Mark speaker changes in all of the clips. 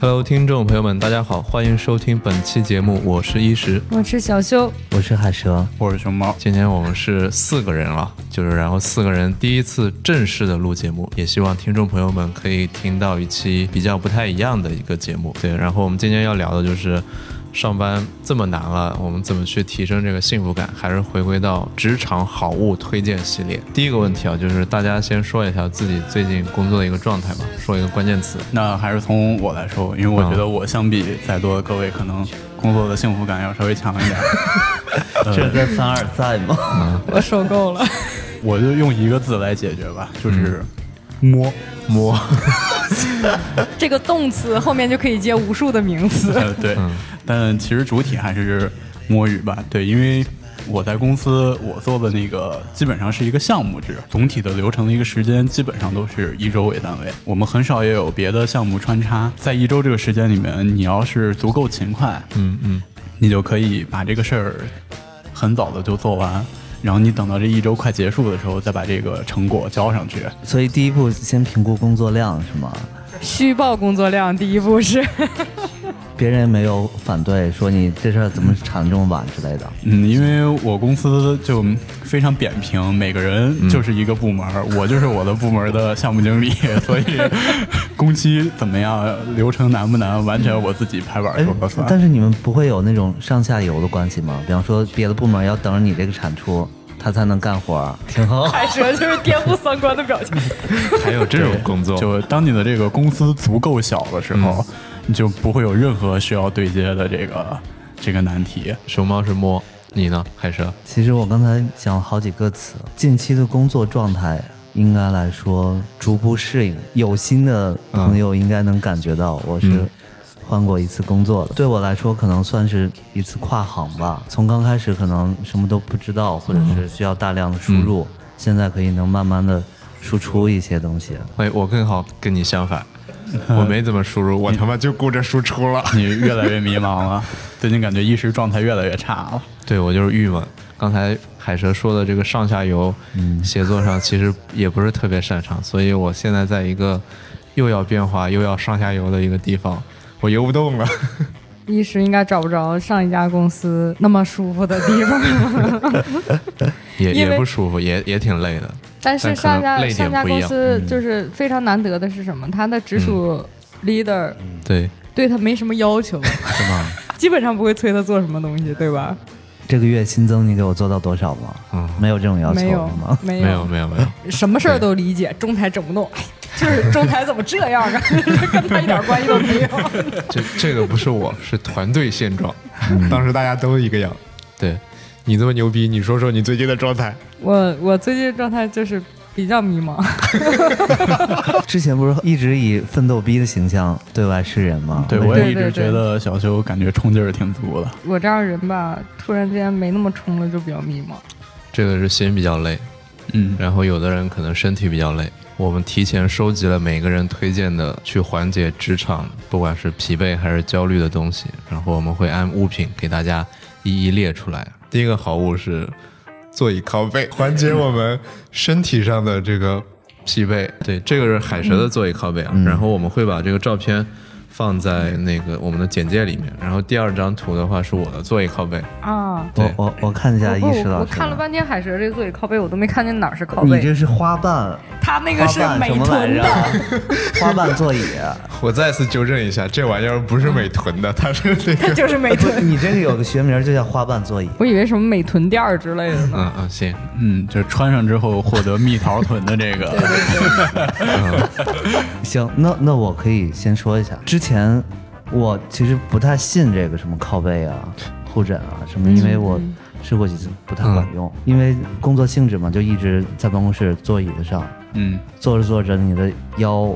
Speaker 1: Hello，听众朋友们，大家好，欢迎收听本期节目，我是一石。
Speaker 2: 我是小修，
Speaker 3: 我是海蛇，
Speaker 4: 我是熊猫，
Speaker 1: 今天我们是四个人了，就是然后四个人第一次正式的录节目，也希望听众朋友们可以听到一期比较不太一样的一个节目。对，然后我们今天要聊的就是上班这么难了，我们怎么去提升这个幸福感？还是回归到职场好物推荐系列。第一个问题啊，就是大家先说一下自己最近工作的一个状态吧，说一个关键词。
Speaker 4: 那还是从我来说，因为我觉得我相比在座的各位，可能工作的幸福感要稍微强一点。 呃
Speaker 3: 这跟凡尔赛吗？
Speaker 2: 我受够了。
Speaker 4: 我就用一个字来解决吧，就是
Speaker 3: 嗯
Speaker 4: 摸。
Speaker 1: 摸，
Speaker 2: 这个动词后面就可以接无数的名词。
Speaker 4: 呃， 对，
Speaker 1: 嗯
Speaker 4: 但其实主体还是摸鱼吧。对，因为我在公司我做的那个基本上是一个项目制，总体的流程的一个时间基本上都是一周为单位，我们很少也有别的项目穿插。在一周这个时间里面，你要是足够勤快，
Speaker 1: 嗯嗯，
Speaker 4: 你就可以把这个事儿很早的就做完，然后你等到这一周快结束的时候，再把这个成果交上去。
Speaker 3: 所以第一步先评估工作量是吗？
Speaker 2: 虚报工作量，第一步是
Speaker 3: 别人没有反对说你这事儿怎么产这么晚之类的，
Speaker 4: 嗯，因为我公司就非常扁平，每个人就是一个部门，
Speaker 2: 嗯
Speaker 4: 我就是我的部门的项目经理， 所以工期怎么样，流程难不难，完全我自己拍
Speaker 2: 哎
Speaker 3: 哎
Speaker 4: 板说了算。
Speaker 3: 但是你们不会有那种上下游的关系吗？比方说别的部门要等着你这个产出，他才能干活儿，挺好。
Speaker 2: 海蛇，就是颠覆三观的表情。
Speaker 1: 还有这种工 作，
Speaker 4: 就当你的这个公司足够小的时
Speaker 2: 嗯
Speaker 4: 候，你就不会有任何需要对接的这个这个难题。
Speaker 1: 熊猫是摸，你呢，海蛇？
Speaker 3: 其实我刚才想了好几个词，近期的工作状态应该来说逐步适应，有心的朋友应该能感觉到我是
Speaker 4: 嗯
Speaker 3: 换过一次工作的。对我来说，可能算是一次跨行吧。从刚开始可能什么都不知道，或者是需要大量的输
Speaker 4: 嗯
Speaker 3: 入，现在可以能慢慢的输出一些东西。
Speaker 1: 哎，我更好跟你相 反，我没怎么输入，我他妈就顾着输出 了。
Speaker 4: 你越来越迷茫 了，最近感觉意识状态越来越差了。
Speaker 1: 对我就是郁闷。刚才海蛇说的这个上下游，协作上其实也不是特别擅长，所以我现在在一个又要变化又要上下游的一个地方，我游不动了。
Speaker 2: 一时应该找不着上一家公司那么舒服的地 方，
Speaker 1: 也
Speaker 2: 因为
Speaker 1: 也不舒服，也也挺累的。
Speaker 2: 但是
Speaker 1: 但可能
Speaker 2: 上家
Speaker 1: 类
Speaker 2: 上
Speaker 1: 点
Speaker 2: 家
Speaker 1: 不一
Speaker 2: 公
Speaker 1: 样嗯
Speaker 2: 司就是非常难得的是什么？他的直属 leader
Speaker 1: 对，
Speaker 2: 对他没什么要 求，
Speaker 3: 是吗？
Speaker 2: 基本上不会催他做什么东西，对吧？
Speaker 3: 这个月新增你给我做到多少吗？
Speaker 1: 嗯
Speaker 4: 啊
Speaker 3: 没有这种要求
Speaker 2: 没
Speaker 3: 是
Speaker 2: 有
Speaker 3: 吗？，
Speaker 2: 没
Speaker 1: 没有没有 没有，
Speaker 2: 什么事儿都理解，中台整不弄，哎，就是中台怎么这样啊？ 跟他一点关系都没有。
Speaker 1: 这这个不是我，是团队现 状。
Speaker 5: 当时大家都一个样。
Speaker 1: 对，
Speaker 5: 你这么牛逼，你说说你最近的状态？
Speaker 2: 我我最近状态就是比较迷茫，
Speaker 3: 之前不是一直以奋斗逼的形象对外示人吗？
Speaker 4: 对，
Speaker 3: 为
Speaker 4: 我
Speaker 3: 什么
Speaker 4: 也一
Speaker 2: 对
Speaker 4: 直
Speaker 2: 对
Speaker 4: 觉得小修感觉冲劲儿挺足的。
Speaker 2: 我这样人吧，突然间没那么冲了，就比较迷茫。
Speaker 1: 这个是心比较累，
Speaker 4: 嗯，
Speaker 1: 然后有的人可能身体比较累。我们提前收集了每个人推荐的去缓解职场，不管是疲惫还是焦虑的东西，然后我们会按物品给大家一一列出来。第一个好物是
Speaker 5: 座椅靠 背，缓解我们身体上的这个。嗯
Speaker 1: 疲惫，对，这个是海蛇的座椅靠背啊。然后我们会把这个照片放在那个我们的简介里面。然后第二张图的话是我的座椅靠背，
Speaker 2: 啊，
Speaker 1: 对
Speaker 3: 我我我看一下
Speaker 2: 不
Speaker 3: 意识
Speaker 2: 过我
Speaker 3: 老
Speaker 2: 我
Speaker 3: 师
Speaker 2: 看了半天海蛇这个座椅靠背，我都没看见哪儿是靠
Speaker 3: 你
Speaker 2: 背。
Speaker 3: 这是花瓣，
Speaker 2: 他 那个
Speaker 3: 花
Speaker 2: 是
Speaker 3: 瓣
Speaker 2: 美
Speaker 3: 什么来
Speaker 2: 臀
Speaker 3: 着
Speaker 2: 的，？
Speaker 3: 花瓣座椅。
Speaker 5: 我再次纠正一下，这玩意儿不是
Speaker 1: 嗯
Speaker 5: 美臀的，它是那个
Speaker 2: 就是美
Speaker 3: 不，
Speaker 2: 臀。
Speaker 3: 你这个有个学名就叫花瓣座椅。
Speaker 2: 我以为什么美臀垫儿之类的 呢。
Speaker 1: 嗯嗯，行，
Speaker 4: 嗯，就是穿上之后获得蜜桃臀的这个，
Speaker 3: 行，那那我可以先说一下，之前我其实不太信这个什么靠背啊、护枕啊什么，因
Speaker 2: 嗯
Speaker 3: 为我试过几次不太管用，因为工作性质嘛，就一直在办公室坐椅子上，
Speaker 4: 嗯
Speaker 3: 坐着坐着你的腰、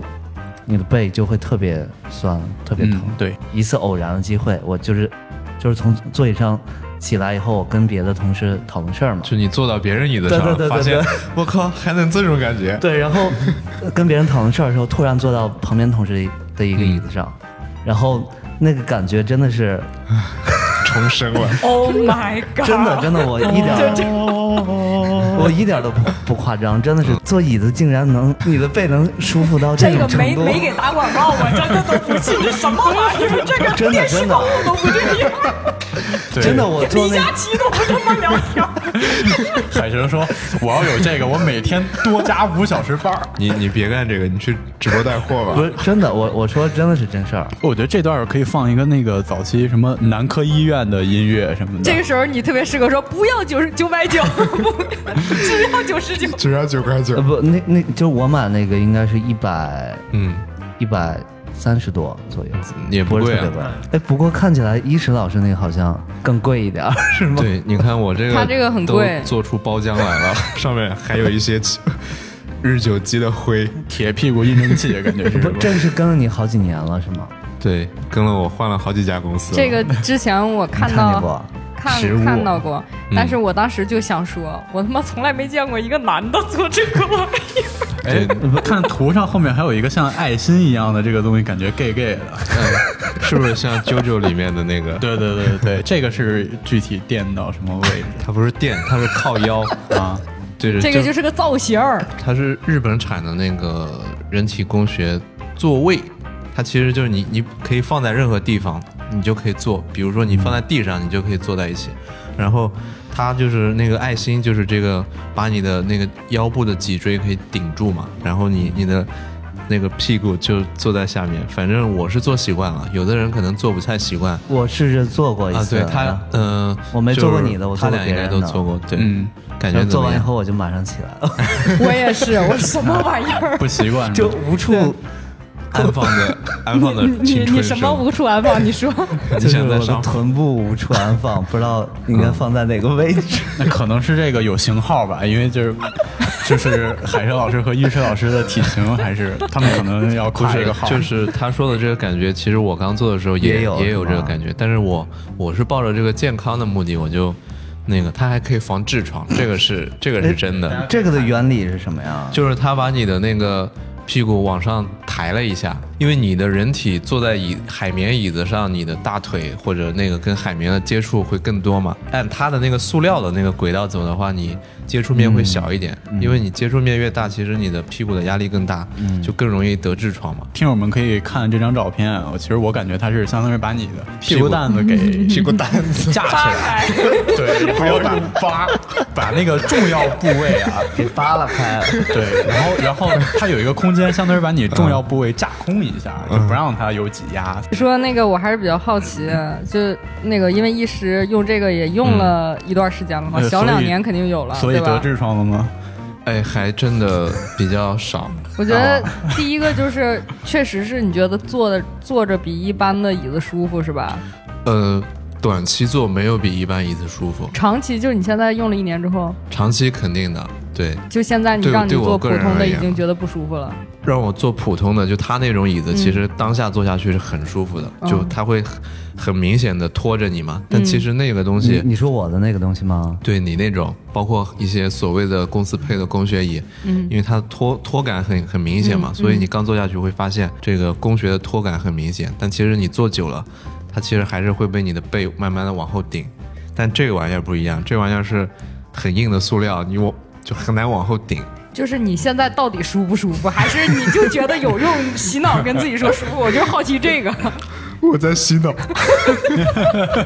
Speaker 3: 你的背就会特别酸、特别疼。
Speaker 4: 嗯，对，
Speaker 3: 一次偶然的机会，我就是就是从座椅上起来以后，我跟别的同事讨论事儿嘛，
Speaker 1: 就你坐到别人椅子
Speaker 3: 对
Speaker 1: 上，
Speaker 3: 对对
Speaker 1: 发
Speaker 3: 对
Speaker 1: 现
Speaker 3: 对。
Speaker 5: 我靠，还能这种感觉？
Speaker 3: 对，然后 呃跟别人讨论事儿的时候，突然坐到旁边同事的一个椅子上，然后那个感觉真的是，
Speaker 5: 重生了，
Speaker 2: 哦 Oh my god！
Speaker 3: 真的真的，我一点儿我一点都不不夸张，真的是坐椅子竟然能你的背能舒服到
Speaker 2: 嗯这
Speaker 3: 种
Speaker 2: 个
Speaker 3: 程
Speaker 2: 没
Speaker 3: 度，
Speaker 2: 没给打广告，我真的都不信，这什么玩意 儿？这
Speaker 3: 真
Speaker 2: 个
Speaker 3: 的
Speaker 2: 电视
Speaker 3: 真的
Speaker 2: 购物都不这 样，
Speaker 3: 真的我坐
Speaker 2: 李
Speaker 3: 那
Speaker 2: 佳琦都不这么聊天。
Speaker 4: 海神说：“我要有这个，我每天多加五小时班儿。
Speaker 5: 你你别干这个，你去直播带货
Speaker 3: 不
Speaker 5: 吧。
Speaker 3: 是真的，我我说真的是真事儿，”
Speaker 4: 我觉得这段儿可以放一个那个早期什么男科医院的音乐什么的。
Speaker 2: 这个时候你特别适合说不要九十九百九， 不只要九十九。
Speaker 5: 九幺九块
Speaker 3: 呃
Speaker 5: 九，
Speaker 3: 不那那就是我买那个应该是一百
Speaker 1: 嗯，
Speaker 3: 一百三十多左右，
Speaker 1: 也不
Speaker 3: 不是
Speaker 1: 贵
Speaker 3: 特别
Speaker 1: 啊。
Speaker 3: 贵。哎，不过看起来伊什老师那个好像更贵一点儿，是吗？
Speaker 1: 对，你看我这个，
Speaker 2: 它这个很贵
Speaker 1: 做出包浆来了。
Speaker 5: 上面还有 一些日久积的灰。
Speaker 4: 铁屁股印蒸汽，感觉 是
Speaker 3: 不，这个是跟了你好几年了是吗？
Speaker 1: 对，
Speaker 5: 跟了我换了好几家公司，
Speaker 2: 这个之前我
Speaker 3: 你
Speaker 2: 看
Speaker 3: 看见
Speaker 2: 到
Speaker 3: 过？
Speaker 2: 看
Speaker 3: 实物
Speaker 2: 看到过，但是我当时就想说， 我他妈从来没见过一个男的做这个玩意儿。
Speaker 4: 哎，看图上后面还有一个像爱心一样的这个东西，感觉 gay gay 的。
Speaker 1: 嗯，是不是像 JoJo 里面的那个？
Speaker 4: 对对对对，这个是具体垫到什么位
Speaker 1: 它不是垫，它是靠腰，
Speaker 4: 置啊？
Speaker 1: 就是
Speaker 2: 这个就是个造型儿，
Speaker 1: 它是日本产的那个人体工学座位，它其实就是你你可以放在任何地方，你就可以坐。比如说你放在地上，你就可以坐在一起。然后它就是那个爱心，就是这个把你的那个腰部的脊椎可以顶住嘛，然后你你的。那个屁股就坐在下面，反正我是坐习惯了，有的人可能坐不太习惯
Speaker 3: 我试着做过一
Speaker 1: 啊。
Speaker 3: 次，
Speaker 1: 对他，嗯、
Speaker 3: 呃我没做过你的我
Speaker 1: 他
Speaker 3: 做过
Speaker 1: 俩应
Speaker 3: 别
Speaker 1: 该
Speaker 3: 人
Speaker 1: 都
Speaker 3: 的
Speaker 1: 做过，对，
Speaker 4: 嗯
Speaker 1: 感
Speaker 3: 然
Speaker 1: 觉
Speaker 3: 后
Speaker 1: 怎
Speaker 3: 做
Speaker 1: 么
Speaker 3: 完以
Speaker 1: 样？嗯
Speaker 3: 后我就马上起来了，
Speaker 2: 我也是，我什么玩意儿？
Speaker 4: 不习惯是
Speaker 3: 就
Speaker 4: 吧
Speaker 3: 无处
Speaker 1: 安放 的安放的
Speaker 2: 你
Speaker 1: 青春
Speaker 2: 你什么
Speaker 1: 生活
Speaker 2: 无处安放？你说
Speaker 1: 你
Speaker 3: 就是
Speaker 1: 想
Speaker 3: 我
Speaker 1: 在
Speaker 3: 的
Speaker 1: 上
Speaker 3: 臀部无处安放，不知道应该放在哪个位置。
Speaker 4: 那可能是这个有型号吧，因为就是就是海生老师和医生老师的体型还是他们可能要
Speaker 1: 不
Speaker 4: 跨
Speaker 1: 是
Speaker 4: 一个号，
Speaker 1: 就是他说的这个感觉，其实我刚做的时候也
Speaker 3: 也有
Speaker 1: 也有啊
Speaker 3: 是
Speaker 1: 这
Speaker 3: 吗
Speaker 1: 个感觉，但是我我是抱着这个健康的目的，我就那个它还可以防痔疮，这个是这 个是真的，
Speaker 3: 这个的原理是什么呀？
Speaker 1: 就是它把你的那个屁股往上抬了一下，因为你的人体坐在椅海绵椅子上，你的大腿或者那个跟海绵的接触会更多嘛，按它的那个塑料的那个轨道走的话，你接触面会小一点，
Speaker 5: 嗯
Speaker 1: 因为你接触面越大，其实你的屁股的压力更大，
Speaker 5: 嗯
Speaker 1: 就更容易得痔疮嘛。
Speaker 4: 听友们可以看这张照片，我其实我感觉他是相当于把你的屁股蛋子给
Speaker 5: 屁股蛋子，
Speaker 4: 架起来，
Speaker 5: 嗯
Speaker 4: 对，不要打扒，把那个重要部位啊，
Speaker 3: 给扒拉开了。
Speaker 4: 对，然后然后它有一个嗯空间，相当于把你重要部位架空一下，就不让它有挤压。
Speaker 2: 说那个，我还是比较好奇，就那个，因为医师用这个也用了一段时间了嘛，
Speaker 4: 呃
Speaker 2: 小
Speaker 4: 所以
Speaker 2: 两年肯定有了，
Speaker 4: 所以
Speaker 2: 对吧
Speaker 4: 得？痔疮了吗？
Speaker 1: 哎，还真的比较少。
Speaker 2: 我觉得 第一个就是，确实是你觉得坐的坐着比一般的椅子舒服是吧？
Speaker 1: 呃，短期坐没有比一般椅子舒服，
Speaker 2: 长期就是你现在用了一年之后，
Speaker 1: 长期肯定的。对，
Speaker 2: 就现在你
Speaker 1: 对
Speaker 2: 让你
Speaker 1: 对我
Speaker 2: 坐普
Speaker 1: 个人
Speaker 2: 通的
Speaker 1: 而
Speaker 2: 已
Speaker 1: 言
Speaker 2: 经觉得不舒服了，
Speaker 1: 让我坐普通的，就他那种椅子，其实当下坐下去是很舒服的，
Speaker 2: 嗯
Speaker 1: 就它会很很明显的拖着你嘛。但其实那个东西
Speaker 3: 你，你说我的那个东西吗？
Speaker 1: 对你那种，包括一些所谓的公司配的工学椅，
Speaker 2: 嗯
Speaker 1: 因为它拖拖感很很明显嘛，所以你刚坐下去会发现这个工学的拖感很明显，但其实你坐久了，它其实还是会被你的背慢慢的往后顶，但这个玩意儿不一样，这玩意儿是很硬的塑料，你我就很难往后顶。
Speaker 2: 就是你现在到底舒不舒服， 还是你就觉得有用洗脑跟自己说舒服？ 我就好奇这个，
Speaker 5: 我在洗脑。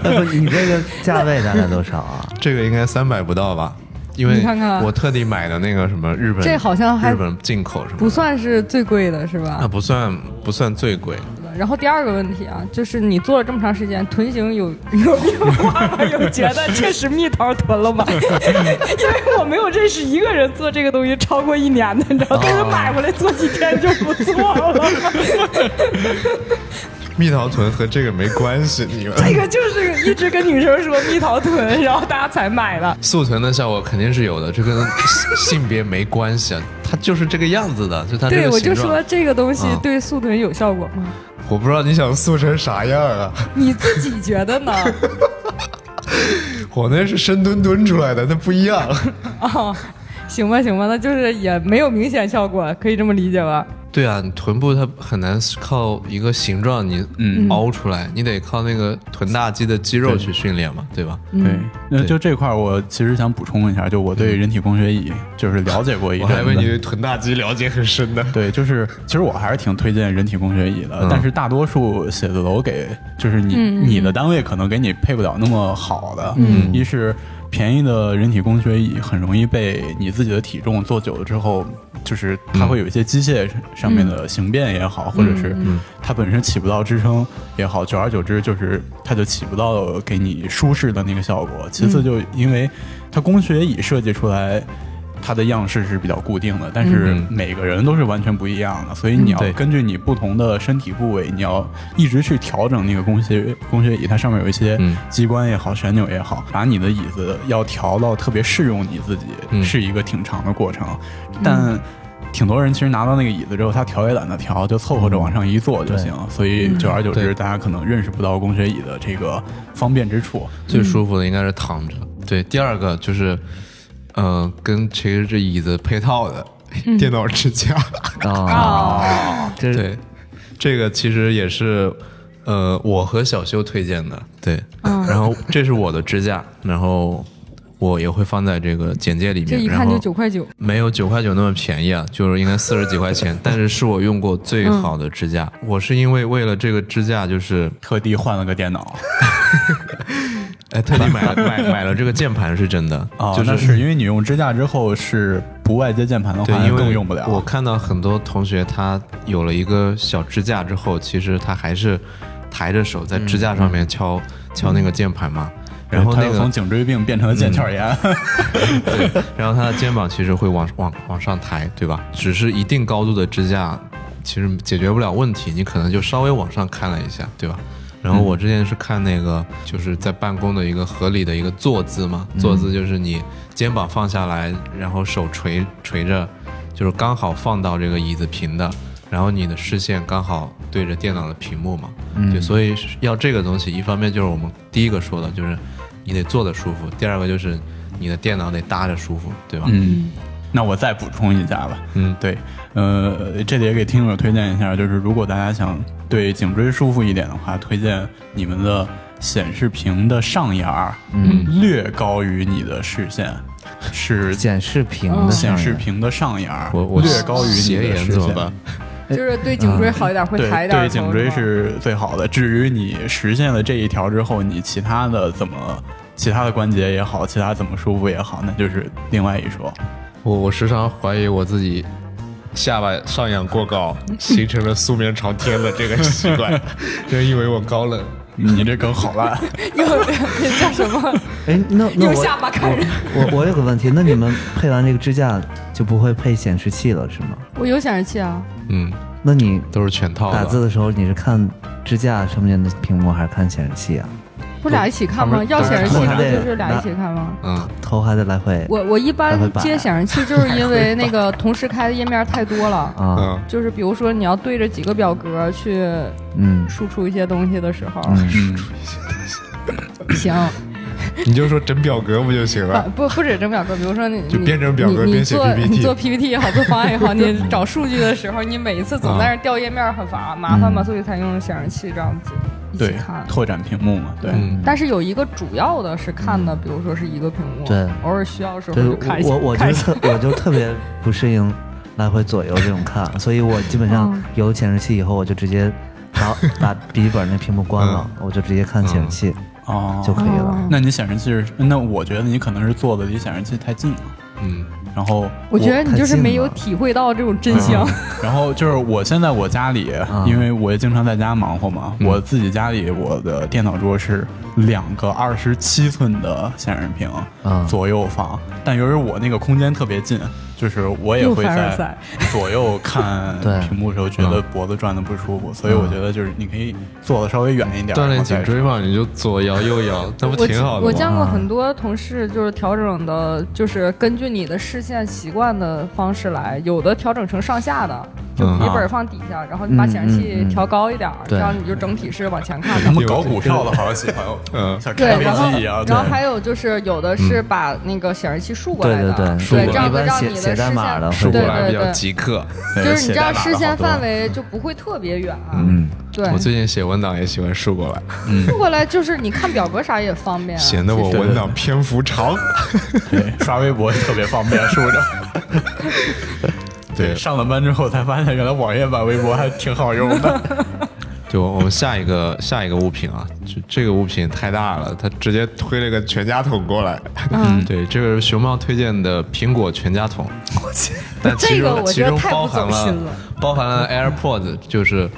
Speaker 3: 哎不，你这个价位大概多少啊？
Speaker 1: 这个应该三百不到吧？因为
Speaker 2: 你看看
Speaker 1: 我特地买的那个什么日本，
Speaker 2: 这好像还
Speaker 1: 日本进口什么的
Speaker 2: 不算是最贵的是吧
Speaker 1: 啊，？不算不算最贵，
Speaker 2: 然后第二个问题啊，就是你做了这么长时间，臀型有有 变化吗？有觉得确实蜜桃臀 了吗？因为我没有认识一个人做这个东西超过一年的，你知道，
Speaker 3: 哦
Speaker 2: 都是买回来做几天就不做了。
Speaker 5: 蜜桃臀和这个没关系，你们
Speaker 2: 这个就是一直跟女生说蜜桃臀，然后大家才买的。
Speaker 1: 塑臀的效果肯定是有的，这跟性别没关系啊，它就是这个样子的，就它这
Speaker 2: 对，
Speaker 1: 个
Speaker 2: 我
Speaker 1: 形
Speaker 2: 就
Speaker 1: 状。
Speaker 2: 说这个东西
Speaker 1: 嗯
Speaker 2: 对塑臀有效果吗？
Speaker 5: 我不知道你想塑成啥样啊？
Speaker 2: 你自己觉得呢？
Speaker 5: 我那是深蹲蹲出来的，那不一样。
Speaker 2: 啊、行吧，行吧，那就是也没有明显效果，可以这么理解吧？
Speaker 1: 对啊，你臀部它很难靠一个形状你
Speaker 2: 嗯
Speaker 1: 凹出来，你得靠那个臀大肌的肌肉去训练嘛，对吧？
Speaker 4: 对，那就这块儿我其实想补充一下，就我对人体工学椅就是了解过一
Speaker 5: 我
Speaker 4: 阵
Speaker 5: 还以为你
Speaker 4: 子。
Speaker 5: 对臀大肌了解很深呢。
Speaker 4: 对，就是其实我还是挺推荐人体工学椅的，但是大多数写字楼给就是你、你的单位可能给你配不了那么好的，嗯，一是便宜的人体工学椅很容易被你自己的体重坐久了之后，就是它会有一些机械上面的形变也好，或者是它本身起不到支撑也好，久而久之就是它就起不到给你舒适的那个效果。其次就因为它工学椅设计出来。它的样式是比较固定的，但是每个人都是完全不一样的，所以你要
Speaker 1: 嗯对
Speaker 4: 根据你不同的身体部位，你要一直去调整那个工学工学椅，它上面有一些
Speaker 1: 嗯
Speaker 4: 机关也好，旋钮也好，把你的椅子要调到特别适用你自己，
Speaker 1: 嗯
Speaker 4: 是一个挺长的过程，但。挺多人其实拿到那个椅子之后，他调也懒得调，就凑合着往上一坐就行。所以久而久之，
Speaker 1: 嗯对
Speaker 4: 大家可能认识不到工学椅的这个方便之处。
Speaker 1: 最舒服的应该是躺着。对，第二个就是，呃，跟其实这椅子配套的，
Speaker 2: 嗯
Speaker 5: 电脑 支架，
Speaker 1: 哦
Speaker 3: 啊，这
Speaker 1: 对，这个其实也是，呃，我和小修推荐的，对。
Speaker 2: 嗯
Speaker 1: 然后这是我的支架，然后我也会放在这个简介里面。
Speaker 2: 这一
Speaker 1: 然
Speaker 2: 看
Speaker 1: 后
Speaker 2: 就九块九，
Speaker 1: 没有九块九那么便宜啊，就是应该四十几块 钱，但是是我用过最
Speaker 2: 嗯
Speaker 1: 好的支架。我是因为为了这个支架，就是
Speaker 4: 特地换了个电脑，
Speaker 1: 哎特地买了买买了这个键盘，是真的，
Speaker 4: 哦，
Speaker 1: 就
Speaker 4: 那
Speaker 1: 是
Speaker 4: 是因为你用支架之后是不外接键盘的
Speaker 1: 对
Speaker 4: 话，，
Speaker 1: 因为
Speaker 4: 更用不了。
Speaker 1: 我看到很多同学他有了一个小支架之后，其实他还是抬着手在支架上面敲、敲那个键盘嘛。然后
Speaker 4: 嗯他
Speaker 1: 那
Speaker 4: 又
Speaker 1: 个
Speaker 4: 从颈椎病变成了腱鞘炎，
Speaker 1: 对，然后他的肩膀其实会往往往上抬，对吧？只是一定高度的支架，其实解决不了问题，你可能就稍微往上看了一下，对吧？然后我之前是看那个，就是在办公的一个合理的一个坐姿嘛，坐姿就是你肩膀放下来，然后手垂垂着，就是刚好放到这个椅子平的，然后你的视线刚好对着电脑的屏幕嘛，
Speaker 5: 嗯
Speaker 1: 对，所以要这个东西，一方面就是我们第一个说的，就是你得坐得舒服；第二个就是你的电脑得搭着舒服，对吧？
Speaker 4: 嗯，那我再补充一下吧。
Speaker 1: 嗯
Speaker 4: 对，呃，这里也给听友推荐一下，就是如果大家想对颈椎舒服一点的话，推荐你们的显示屏的上沿儿，嗯，略高于你的视线，是
Speaker 3: 显示屏
Speaker 1: 哦
Speaker 3: 的上
Speaker 4: 显
Speaker 3: 面
Speaker 4: 示屏的上沿儿，
Speaker 1: 我我
Speaker 4: 略高于你
Speaker 1: 斜
Speaker 4: 的
Speaker 1: 眼
Speaker 4: 视
Speaker 1: 怎么
Speaker 4: 线。
Speaker 1: 办？
Speaker 2: 就是对颈椎好一点，会
Speaker 4: 对
Speaker 2: 抬一点
Speaker 4: 对，
Speaker 2: 头。
Speaker 4: 颈椎
Speaker 2: 吧
Speaker 4: 是最好的。至于你实现了这一条之后，你其他的怎么，其他的关节也好，其他怎么舒服也好，那就是另外一说。
Speaker 5: 我我时常怀疑我自己下巴上扬过高，形成了素面朝天的这个习 惯，人以为我高冷。
Speaker 4: 你这梗好 烂，
Speaker 2: 又那叫什么？
Speaker 3: 哎，那那
Speaker 2: 用
Speaker 3: 我
Speaker 2: 下巴看人
Speaker 3: 我我我有个问题，那你们配完这个支架就不会配显示器了是吗？
Speaker 2: 我有显示器啊，
Speaker 1: 嗯，
Speaker 3: 那你
Speaker 1: 都是全套
Speaker 3: 打字
Speaker 1: 的。
Speaker 3: 的时候，你是看支架上面的屏幕还是看显示器啊？
Speaker 2: 不俩一起看吗？要显示器
Speaker 3: 他
Speaker 2: 不
Speaker 3: 们
Speaker 2: 就是俩一起看吗？
Speaker 1: 嗯，
Speaker 3: 头还得来回
Speaker 2: 我我一般接显示器，就是因为那个同时开的页面太多了。
Speaker 3: 啊，
Speaker 5: 嗯，
Speaker 2: 就是比如说，你要对着几个表格去
Speaker 3: 嗯，
Speaker 2: 输出一些东西的时候，
Speaker 4: 嗯，
Speaker 2: 行，
Speaker 5: 你就说整表格不就行了？
Speaker 2: 不不不止整表格，比如说你
Speaker 5: 就编程表格
Speaker 2: 你你
Speaker 5: 编写
Speaker 2: 做
Speaker 5: PPT
Speaker 2: 你做 PPT 也好，做方案也好，你找数据的时候，你每一次总在那儿调页面很烦麻烦嘛，所以才用显示器这样子一起
Speaker 4: 对
Speaker 2: 看，。
Speaker 4: 拓展屏幕嘛，对，
Speaker 1: 嗯
Speaker 2: 但是有一个主要的是看的，比如说是一个屏幕，
Speaker 3: 对
Speaker 2: 偶尔需要的时候
Speaker 3: 对
Speaker 2: 就看一下，
Speaker 3: 我我
Speaker 2: 看
Speaker 3: 就
Speaker 2: 一下
Speaker 3: 特我就特别不适应来回左右这种看，所以我基本上
Speaker 2: 嗯
Speaker 3: 有显示器以后，我就直接把把笔记本那屏幕关了，我就直接看显示器
Speaker 4: 哦，
Speaker 3: 就可以了。
Speaker 4: 那你显示器是，那我觉得你可能是坐的离显示器太近了，
Speaker 1: 嗯，
Speaker 4: 然后
Speaker 2: 我觉得你就是没有
Speaker 3: 太近
Speaker 2: 体会到这种真香。
Speaker 4: 嗯 然后就是我现在我家里，
Speaker 3: 嗯
Speaker 4: 因为我也经常在家忙活嘛，我自己家里我的电脑桌是两个二十七寸的显示屏
Speaker 3: 嗯
Speaker 4: 左右放，但由于我那个空间特别近，就是我也
Speaker 2: 又
Speaker 4: 会
Speaker 2: 凡尔
Speaker 4: 在
Speaker 2: 赛
Speaker 4: 左右看
Speaker 3: 对嗯
Speaker 4: 屏幕的时候觉得脖子转的不舒服，所以我觉得就是你可以坐的稍微远一点，
Speaker 5: 锻
Speaker 3: 嗯
Speaker 4: 然
Speaker 5: 炼
Speaker 4: 后再
Speaker 5: 颈椎嘛，你就左摇右摇，那不
Speaker 2: 我
Speaker 5: 挺
Speaker 2: 我
Speaker 5: 好的嗯吗？
Speaker 2: 见过很多同事就是调整的，就是根据你的视线习惯的方式来，有的调整成上下的，就
Speaker 5: 嗯
Speaker 2: 笔记本放底下，然后
Speaker 3: 嗯
Speaker 2: 你把显示器调高一点，这样你就整体是往前看的
Speaker 3: 嗯
Speaker 4: 他。们搞股票的好像喜欢， 嗯，像
Speaker 2: 对
Speaker 4: 开，飞
Speaker 2: 然后
Speaker 4: 机一
Speaker 5: 啊
Speaker 4: 样，
Speaker 2: 然后还有就是有
Speaker 5: 嗯
Speaker 2: 的是把那个显示器竖过
Speaker 3: 对
Speaker 2: 来
Speaker 3: 对
Speaker 2: 的，对，
Speaker 3: 对，
Speaker 2: 这样
Speaker 3: 一
Speaker 2: 会
Speaker 3: 般
Speaker 2: 让
Speaker 3: 写
Speaker 2: 你
Speaker 3: 写
Speaker 2: 视
Speaker 3: 代
Speaker 2: 线
Speaker 3: 码的
Speaker 5: 数
Speaker 3: 会
Speaker 5: 过
Speaker 2: 对
Speaker 5: 来比
Speaker 2: 对
Speaker 5: 较
Speaker 2: 对
Speaker 5: 即刻。
Speaker 2: 就是你这样视线范
Speaker 4: 围。
Speaker 2: 围就不会特别远啊。
Speaker 3: 嗯
Speaker 2: 对，
Speaker 5: 嗯我最近写文档也喜欢竖过来，
Speaker 2: 竖过来就是你看表格啥也方便啊。
Speaker 5: 显得我
Speaker 4: 对对
Speaker 5: 文档篇幅长。
Speaker 4: 对，刷微博特别方 便，是不是？
Speaker 5: 对
Speaker 4: 上了班之后才发现，原来网页版微博还挺好用 的。
Speaker 5: 就我们下一个下一个物品啊，这这个物品太大了，他直接推了个全家桶过来。嗯， 对，这个是熊猫推荐的苹果全家桶。 但其
Speaker 2: 这个
Speaker 5: 中
Speaker 2: 我
Speaker 5: 其
Speaker 2: 觉得
Speaker 5: 中
Speaker 2: 太
Speaker 5: 包
Speaker 2: 不
Speaker 5: 含
Speaker 2: 走心
Speaker 5: 了
Speaker 2: 了
Speaker 5: 包含了 AirPods，就是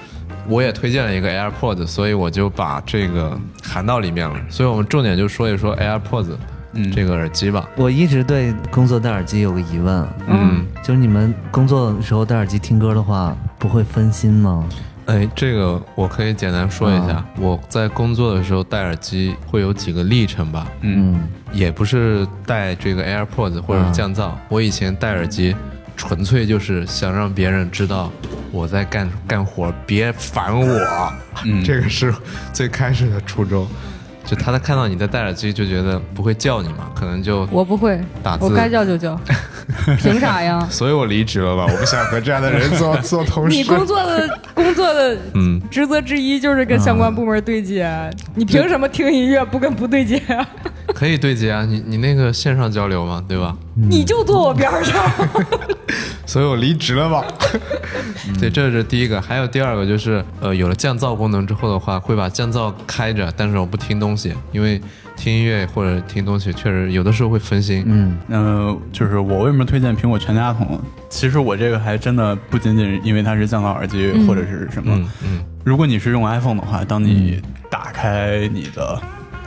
Speaker 5: 我也推荐了一个 AirPods，所以我就把这个含到里面了。所以我们重点就说一说 AirPods
Speaker 2: 嗯
Speaker 5: 这个耳机吧。
Speaker 3: 我一直对工作戴耳机有个疑问，嗯，就是你们工作的时候戴耳机听歌的话，不会分心吗？
Speaker 1: 哎，这个我可以简单说一下，
Speaker 3: 啊
Speaker 1: 我在工作的时候戴耳机会有几个历程吧，
Speaker 3: 嗯，
Speaker 1: 也不是戴这个 AirPods 或者是降噪，我以前戴耳机纯粹就是想让别人知道我在干干活，别烦我，
Speaker 5: 这个是最开始的初衷。
Speaker 1: 就他看到你在戴耳机就觉得不会叫你嘛，可能就
Speaker 2: 我不会
Speaker 1: 打，字
Speaker 2: 我该叫就叫， 凭啥呀？
Speaker 5: 所以我离职了吧，我不想和这样的人做做同事。
Speaker 2: 你工作的工作的
Speaker 1: 嗯
Speaker 2: 职责之一就是跟相关部门对接，你凭什么听音乐不跟不对接啊？
Speaker 1: 可以对接啊，你你那个线上交流嘛，对吧？
Speaker 2: 你就坐我边儿上，
Speaker 5: 所以我离职了吧。
Speaker 1: 对，这是第一个，还有第二个就是，呃，有了降噪功能之后的话，会把降噪开着，但是我不听东西，因为听音乐或者听东西确实有的时候会分心。嗯，
Speaker 4: 嗯、就是我为什么推荐苹果全家桶？其实我这个还真的不仅仅是因为它是降噪耳机或者是什么。
Speaker 5: 嗯
Speaker 4: 如果你是用 iPhone 的话，当你打开你的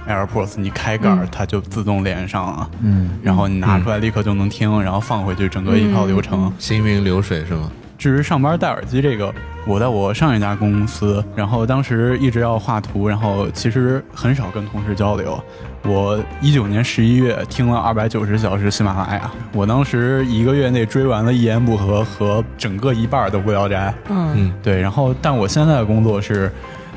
Speaker 4: AirPods，你开盖
Speaker 5: 嗯
Speaker 4: 儿、它就自动连上了。嗯，然后你拿出来立刻就能听，然后放回去，整个一
Speaker 5: 嗯
Speaker 4: 套流程。
Speaker 1: 行云流水是吗？
Speaker 4: 至于上班戴耳机这个，我在我上一家公司，然后当时一直要画图，然后其实很少跟同事交流。我一九年十一月听了二百九十小时喜马拉雅，我当时一个月内追完了《一言不合》和整个一半儿的《无聊斋》。
Speaker 2: 嗯，
Speaker 4: 对，然后但我现在的工作是，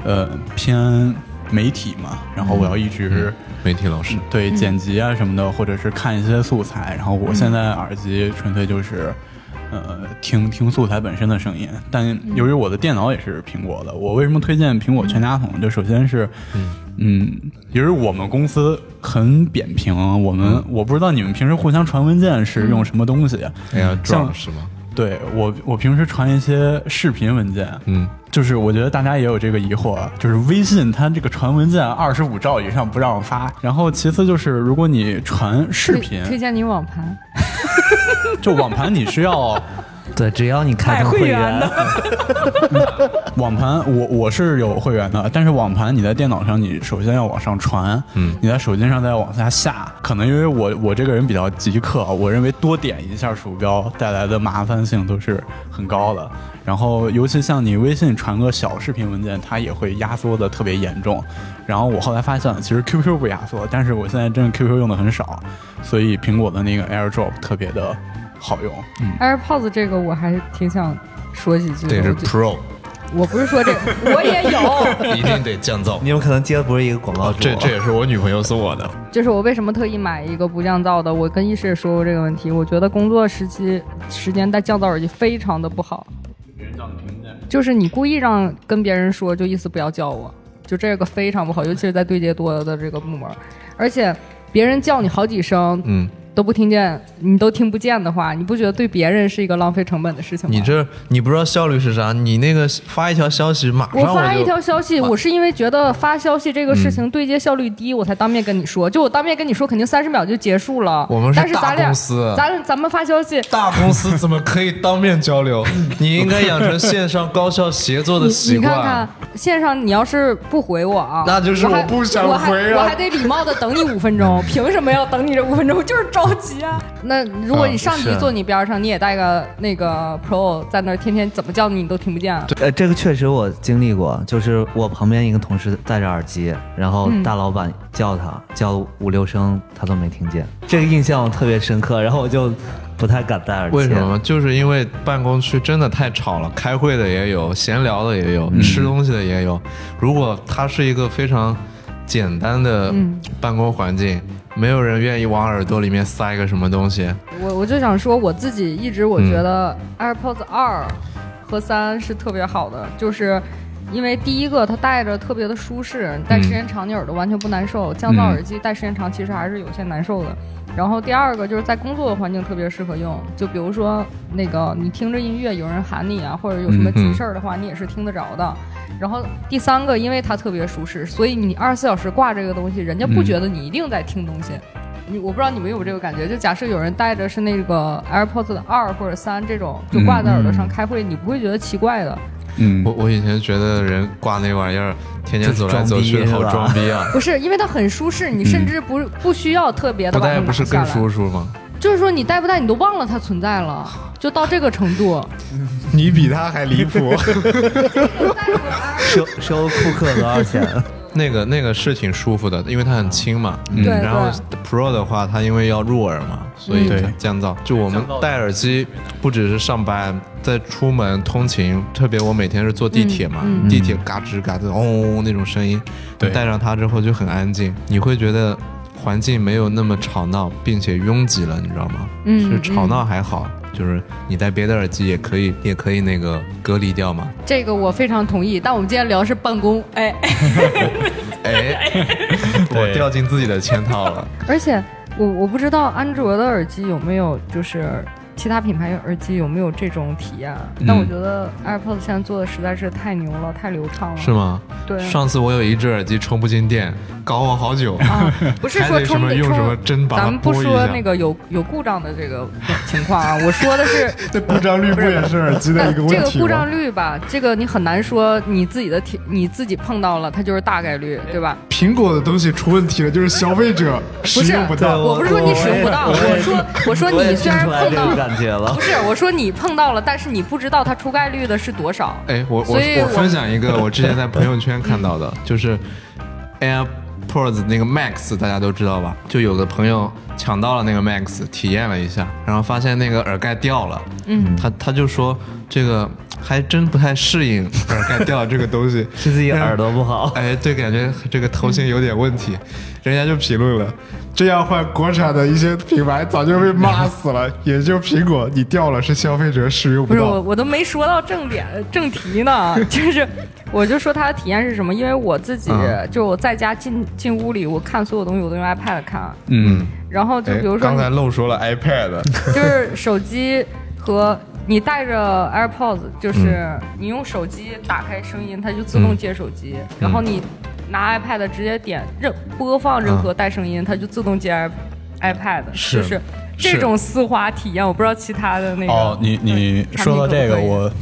Speaker 4: 呃，偏媒体嘛，然后我要一直、
Speaker 1: 媒体老师，
Speaker 4: 对剪辑啊什么的，或者是看一些素材。然后我现在耳机纯粹就是，呃，听听素材本身的声音。但由于我的电脑也是苹果的，我为什么推荐苹果全家桶？就首先是，嗯，由于我们公司很扁平，我们我不知道你们平时互相传文件是用什么东西。啊
Speaker 1: 哎呀，
Speaker 4: 像
Speaker 1: 是吗？
Speaker 4: 对我，我平时传一些视频文件，
Speaker 1: 嗯，
Speaker 4: 就是我觉得大家也有这个疑惑，就是微信它这个传文件二十五兆以上不让发，然后其次就是如果你传视频，
Speaker 2: 推荐你网盘，
Speaker 4: 就网盘你是要
Speaker 3: 对，只要你开
Speaker 2: 买
Speaker 3: 通
Speaker 2: 会
Speaker 3: 会
Speaker 2: 员的
Speaker 4: 网盘，我我是有会员的，但是网盘你在电脑上你首先要往上传，嗯，你在手机上再往下下，可能因为我我这个人比较极客，我认为多点一下鼠标带来的麻烦性都是很高的。然后尤其像你微信传个小视频文件，它也会压缩的特别严重。然后我后来发现，其实 QQ 不压缩，但是我现在真的 QQ 用的很少，所以苹果的那个 AirDrop 特别的好用。嗯，
Speaker 2: AirPods 这个我还挺想说几句的。
Speaker 1: 这是
Speaker 2: 我觉
Speaker 1: Pro，
Speaker 2: 我不是说这，我也 有，
Speaker 1: 一定得降 噪。
Speaker 3: 你有可能接的不是一个广告
Speaker 1: 哦
Speaker 3: 主，
Speaker 5: 这这也是我女朋友送我的，
Speaker 2: 就是我为什么特意买一个不降噪的？我跟医师也说过这个问题，我觉得工作时期时间戴降噪耳机非常的不好，就是你故意让跟别人说，就意思不要叫我，就这个非常不好，尤其是在对接多的这个部门，而且别人叫你好几声，
Speaker 1: 嗯，
Speaker 2: 都不听见，你都听不见的话，你不觉得对别人是一个浪费成本的事情吗？
Speaker 1: 你这你不知道效率是啥，你那个发一条消息马上
Speaker 2: 我
Speaker 1: 就啊嗯
Speaker 2: 发一条消息，我是因为觉得发消息这个事情对接效率低，我才当面跟你说。就我当面跟你说，肯定三十秒就结束了。
Speaker 1: 我们是
Speaker 2: 但是
Speaker 1: 大
Speaker 2: 咱俩
Speaker 1: 公司
Speaker 2: 咱咱们发消息，
Speaker 1: 大公司怎么可以当面交流？ 你应该养成线上高效协作的
Speaker 2: 你
Speaker 1: 习
Speaker 2: 你
Speaker 1: 惯。
Speaker 2: 看看线上，你要是不回我啊，
Speaker 1: 那就是
Speaker 2: 我还
Speaker 1: 我不想回啊
Speaker 2: 我还我还得礼貌的等你五分钟，凭什么要等你这五分钟？就是找着急啊。那如果你上级
Speaker 1: 嗯是
Speaker 2: 坐你边儿上，你也带个那个 Pro 在那儿，天天怎么叫你你都听不见啊。
Speaker 3: 呃，这个确实我经历过，就是我旁边一个同事戴着耳机，然后
Speaker 2: 嗯
Speaker 3: 大老板叫他、叫五六声，他都没听见，这个印象我特别深刻，然后我就不太敢戴耳机。
Speaker 1: 为什么？？就是因为办公区真的太吵了，开会的也有，闲聊的也
Speaker 3: 嗯
Speaker 1: 有，吃东西的也有。如果它是一个非常简单的
Speaker 5: 嗯
Speaker 1: 办公环境，没有人愿意往耳朵里面塞个什么东西。
Speaker 2: 我我就想说，我自己一直我觉得 AirPods 二和三是特别好的，就是因为第一个它戴着特别的舒适，戴时间长你耳朵完全不难受，降噪耳机戴时间长其实还是有些难受的。然后第二个就是在工作的环境特别适合用，就比如说那个你听着音乐有人喊你啊，或者有什么急事儿的话，你也是听得着的。然后第三个，因为它特别舒适，所以你二十四小时挂这个东西，人家不觉得你一定在听东西。你我不知道你们有没有这个感觉，就假设有人戴着是那个 AirPods 的二或者三这种，就挂在耳朵
Speaker 1: 嗯
Speaker 2: 上开会，你不会觉得奇怪的。
Speaker 4: 嗯
Speaker 1: 我我以前觉得人挂那玩意儿，天天走来走去，
Speaker 3: 就是装逼是
Speaker 1: 好
Speaker 3: 吧
Speaker 1: 装逼啊！
Speaker 2: 不是，因为它很舒适，你甚至不、不需要特别的
Speaker 1: 嗯不
Speaker 2: 把它
Speaker 1: 戴
Speaker 2: 拿
Speaker 1: 不是
Speaker 2: 下
Speaker 1: 更
Speaker 2: 来。
Speaker 1: 舒服吗？
Speaker 2: 就是说你戴不戴你都忘了它存在了，就到这个程度。
Speaker 5: 你比他还离谱。
Speaker 3: 收收库克多少钱？
Speaker 1: 那个那个是挺舒服的，因为它很轻嘛。嗯
Speaker 2: 对
Speaker 1: 然后 Pro 的话，它因为要入耳嘛，所以
Speaker 4: 嗯对
Speaker 1: 它降噪。就我们戴耳机，不只是上班，在出门通勤，特别我每天是坐地铁嘛，地铁嘎吱嘎吱，嗡嗡嗡那种声音，
Speaker 4: 对
Speaker 1: 戴上它之后就很安静，你会觉得。环境没有那么吵闹，并且拥挤了，你知道吗？
Speaker 2: 嗯
Speaker 1: 是吵闹还好，就是你戴别的耳机也可以，也可以那个隔离掉嘛。
Speaker 2: 这个我非常同意，但我们今天聊的是办公，哎，
Speaker 1: 哎，我掉进自己的圈套了。
Speaker 2: 而且我我不知道安卓的耳机有没有就是。其他品牌耳机有没有这种体验？啊但我
Speaker 1: 嗯
Speaker 2: 觉得 AirPods 现在做的实在是太牛了，太流畅了。
Speaker 1: 是吗？
Speaker 2: 对
Speaker 1: 上次我有一只耳机充不进电，搞我好久。
Speaker 2: 啊，不是
Speaker 1: 还
Speaker 2: 说充
Speaker 1: 得什么
Speaker 2: 电
Speaker 1: 用
Speaker 2: 充，
Speaker 1: 什么针把它
Speaker 2: 咱们不
Speaker 1: 拨一
Speaker 2: 说
Speaker 1: 下
Speaker 2: 那个有有故障的 这个情况啊，我说的是
Speaker 5: 这故障率不也是耳机的
Speaker 2: 呃
Speaker 5: 一个
Speaker 2: 这
Speaker 5: 问
Speaker 2: 个
Speaker 5: 题
Speaker 2: 故
Speaker 5: 吗？
Speaker 2: 障率吧，这个你很难说你自己的体你自己碰到了，它就是大概率，对吧？
Speaker 5: 苹果的东西出问题了，就是消费者
Speaker 2: 不
Speaker 5: 使
Speaker 2: 是，
Speaker 5: 用不到。
Speaker 2: 我不是说你使用不到，
Speaker 3: 我也
Speaker 2: 我说我说你
Speaker 3: 也
Speaker 2: 虽
Speaker 3: 听
Speaker 2: 然
Speaker 3: 出来
Speaker 2: 碰
Speaker 3: 这
Speaker 2: 到
Speaker 3: 个，感觉了
Speaker 2: 不。是我说你碰到了，但是你不知道它出概率的是多少。
Speaker 1: 哎，我我
Speaker 2: 所以
Speaker 1: 我
Speaker 2: 我
Speaker 1: 分享一个我之前在朋友圈看到的， 就是 AirPods 那个 Max，大家都知道吧？就有个朋友抢到了那个 Max，体验了一下，然后发现那个耳盖掉了。嗯，他他就说这个还真不太适应耳盖掉这个东 西，
Speaker 3: 是自己耳朵不 好，
Speaker 1: 哎，对，感觉这个头型有点问题，人家就评论了，
Speaker 5: 这要换国产的一些品牌，早就被骂 死了。也就苹果，你掉了是消费者使用
Speaker 2: 不
Speaker 5: 不
Speaker 2: 是我，
Speaker 5: 到。
Speaker 2: 我都没说到正点正题呢， 就是我就说它的体验是什么，因为我自己、
Speaker 1: 嗯
Speaker 2: 就我在家进进屋里，我看所有东西我都用 iPad 看，
Speaker 4: 嗯，
Speaker 2: 然后就
Speaker 5: 哎
Speaker 2: 比如说
Speaker 5: 刚
Speaker 2: 你
Speaker 5: 才漏说了 iPad，
Speaker 2: 就是手机和你带着 AirPods，就是你用手机打开声音，它就自动接手机，然后你拿 iPad 直接点任播放任何带声音，它就自动接 i iPad，
Speaker 1: 是
Speaker 2: 就是这种丝滑体验，我不知道其他的那个
Speaker 4: 哦，你你
Speaker 2: 产品
Speaker 4: 说到这个，
Speaker 2: 可不可以
Speaker 4: 我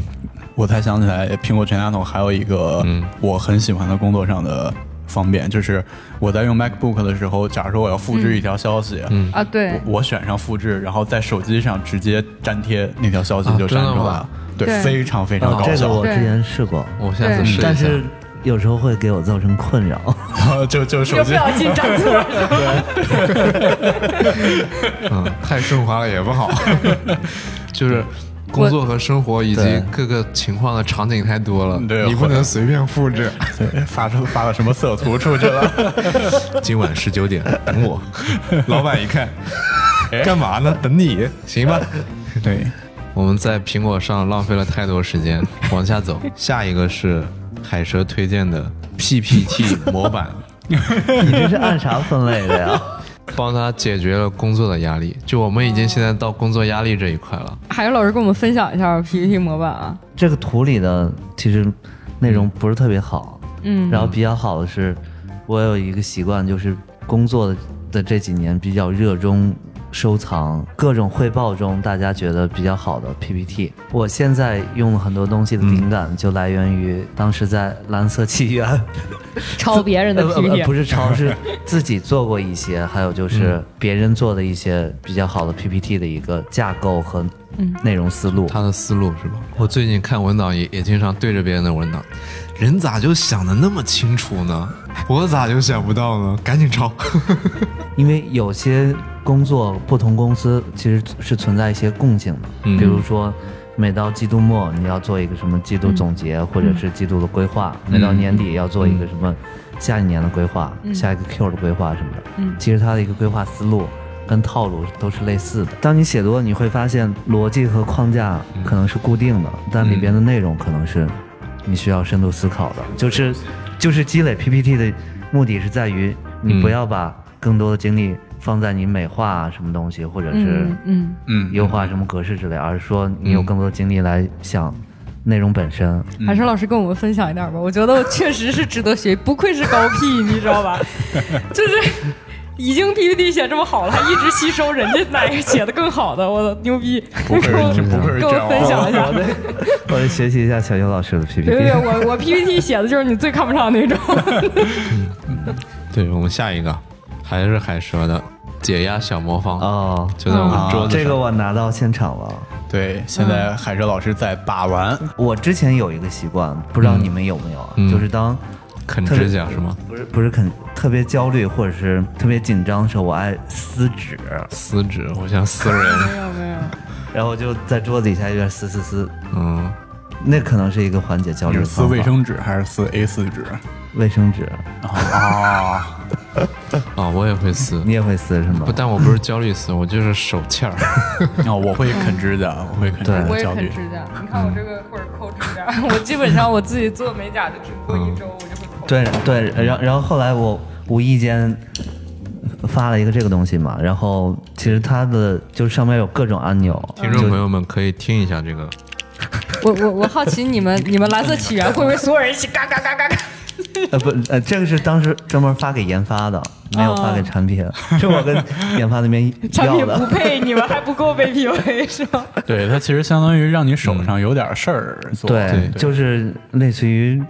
Speaker 4: 我才想起来，苹果全家桶还有一个我很喜欢的工作上的方便，就是我在用 MacBook 的时候，假如说我要复制一条消息，嗯，
Speaker 2: 啊，对，
Speaker 4: 我选上复制，然后在手机上直接粘贴那条消息
Speaker 1: 啊
Speaker 4: 就粘
Speaker 1: 真的
Speaker 4: 出
Speaker 1: 吗
Speaker 4: 来了，对
Speaker 2: 对，
Speaker 4: 非常非常
Speaker 3: 啊
Speaker 4: 高
Speaker 3: 这个
Speaker 4: 效
Speaker 3: 我，之
Speaker 2: 对
Speaker 3: 前试过，
Speaker 1: 我下次
Speaker 2: 对
Speaker 1: 试一下。
Speaker 3: 但是有时候会给我造成困扰。
Speaker 4: 就就手
Speaker 2: 又
Speaker 4: 机
Speaker 2: 不小心长错了。
Speaker 1: 嗯，太顺滑了也不 好，就是工作和生活以及
Speaker 3: 对
Speaker 1: 各个情况的场景太多了。
Speaker 4: 对
Speaker 5: 你不能随便复制。
Speaker 4: 对发出发了什么色图出去了，
Speaker 1: 今晚十九点等 我，
Speaker 5: 老板一看，干嘛呢？等你，
Speaker 1: 行吧？
Speaker 4: 对，
Speaker 1: 我们在苹果上浪费了太多时 间，往下走，下一个是海蛇推荐的 PPT 模板。
Speaker 3: 你这是按啥分类的呀？
Speaker 1: 帮他解决了工作的压力，就我们已经现在到工作压力这一块了。
Speaker 2: 海老师跟我们分享一下 PPT 模板啊，
Speaker 3: 这个图里的其实内容不是特别好，
Speaker 2: 嗯，
Speaker 3: 然后比较好的是，我有一个习惯，就是工作的的这几年比较热衷收藏各种汇报中大家觉得比较好的 PPT。我嗯现在用很多东西的灵感就来源于当时在蓝色起源
Speaker 2: 抄别人的
Speaker 3: 呃
Speaker 2: PPT，、
Speaker 3: 呃不是抄，是自己做过一些，还有就是
Speaker 2: 嗯
Speaker 3: 别人做的一些比较好的 PPT 的一个架构和
Speaker 2: 嗯
Speaker 3: 内容思路。
Speaker 1: 他的思路是吧？我最近看文档也也经常对着别人的文档，人咋就想的那么清楚呢？我咋就想不到呢？赶紧 抄！
Speaker 3: 因为有些工作，不同公司其实是存在一些共性的，比如说。每到季度末，你要做一个什么季度总结，或者是季度的规划；每到年底，要做一个什么下一年的规划、下一个 Q 的规划什么的。
Speaker 2: 嗯
Speaker 3: 其实它的一个规划思路跟套路都是类似的。当你写多了，你会发现逻辑和框架可能是固定的，但里边的内容可能是你需要深度思考的。就是就是积累 PPT 的目的是在于你不要把更多的精力放在你美化什么东西，或者是
Speaker 2: 嗯嗯
Speaker 4: 嗯，
Speaker 3: 优化什么格式之类，而是说你有更多的精力来想内容本身。
Speaker 2: 海生老师跟我们分享一点吧，我觉得我确实是值得学，不愧是高 P，你知道吧？就是已经 PPT 写这么好了，还一直吸收人家哪个写的更好的，我的牛逼！
Speaker 4: 不愧是不愧是
Speaker 2: 跟
Speaker 4: 啊
Speaker 2: 我
Speaker 4: 卷王，
Speaker 2: 分享一 下，
Speaker 3: 我得学习一下小优老师的 PPT
Speaker 2: 别。别别，我我 PPT 写的就是你最看不上的那种。
Speaker 1: 对我们下一个还是海蛇的解压小魔方，
Speaker 3: 哦，
Speaker 1: 就在我们啊桌子上。
Speaker 3: 这个我拿到现场了。
Speaker 4: 对，现在海哲老师在把
Speaker 2: 嗯
Speaker 4: 玩，
Speaker 3: 我之前有一个习惯，不知道你们有没有啊？
Speaker 1: 嗯
Speaker 3: 就是当
Speaker 1: 啃指甲是吗？
Speaker 3: 不是不是很特别焦虑或者是特别紧张的时候，我爱撕纸，
Speaker 1: 撕纸，我想撕人。
Speaker 2: 没有没有，
Speaker 3: 然后就在桌子底下一边撕撕撕，
Speaker 1: 嗯，
Speaker 3: 那可能是一个缓解焦
Speaker 4: 你
Speaker 3: 虑的
Speaker 4: 是撕
Speaker 3: 方法。
Speaker 4: 卫生纸还是撕 A 四纸？
Speaker 3: 卫生纸，
Speaker 4: 啊，
Speaker 1: 啊，我也会撕，
Speaker 3: 你也会撕是吗
Speaker 1: 不，？但我不是焦虑撕，我就是手欠 儿。
Speaker 4: 那哦我会啃指甲，我会啃指
Speaker 3: 对
Speaker 4: 甲，
Speaker 2: 我也
Speaker 4: 焦
Speaker 2: 啃
Speaker 4: 虑
Speaker 2: 指。甲，你看我这个或者抠指甲， 我基本上我自己 做美甲就只过一周我就会 抠。
Speaker 3: 对对，然然后后来我无意间发了一个这个东西嘛，然后其实它的就是上面有各种按钮，
Speaker 1: 听众朋友们可以听一下这个，
Speaker 2: 我我我好奇你们你们蓝色起源会不会所有人一起嘎嘎嘎嘎嘎？
Speaker 3: 呃不呃，这个是当时专门发给研发
Speaker 2: 哦
Speaker 3: 的，没有发给产品， 是我跟研发那边
Speaker 2: 产品不
Speaker 3: 要的。
Speaker 2: 配，你们还不够被 PUA 是吧？
Speaker 4: 对，它其实相当于让你手上有点事儿做。
Speaker 3: 对，
Speaker 4: 嗯对
Speaker 3: 就是类似于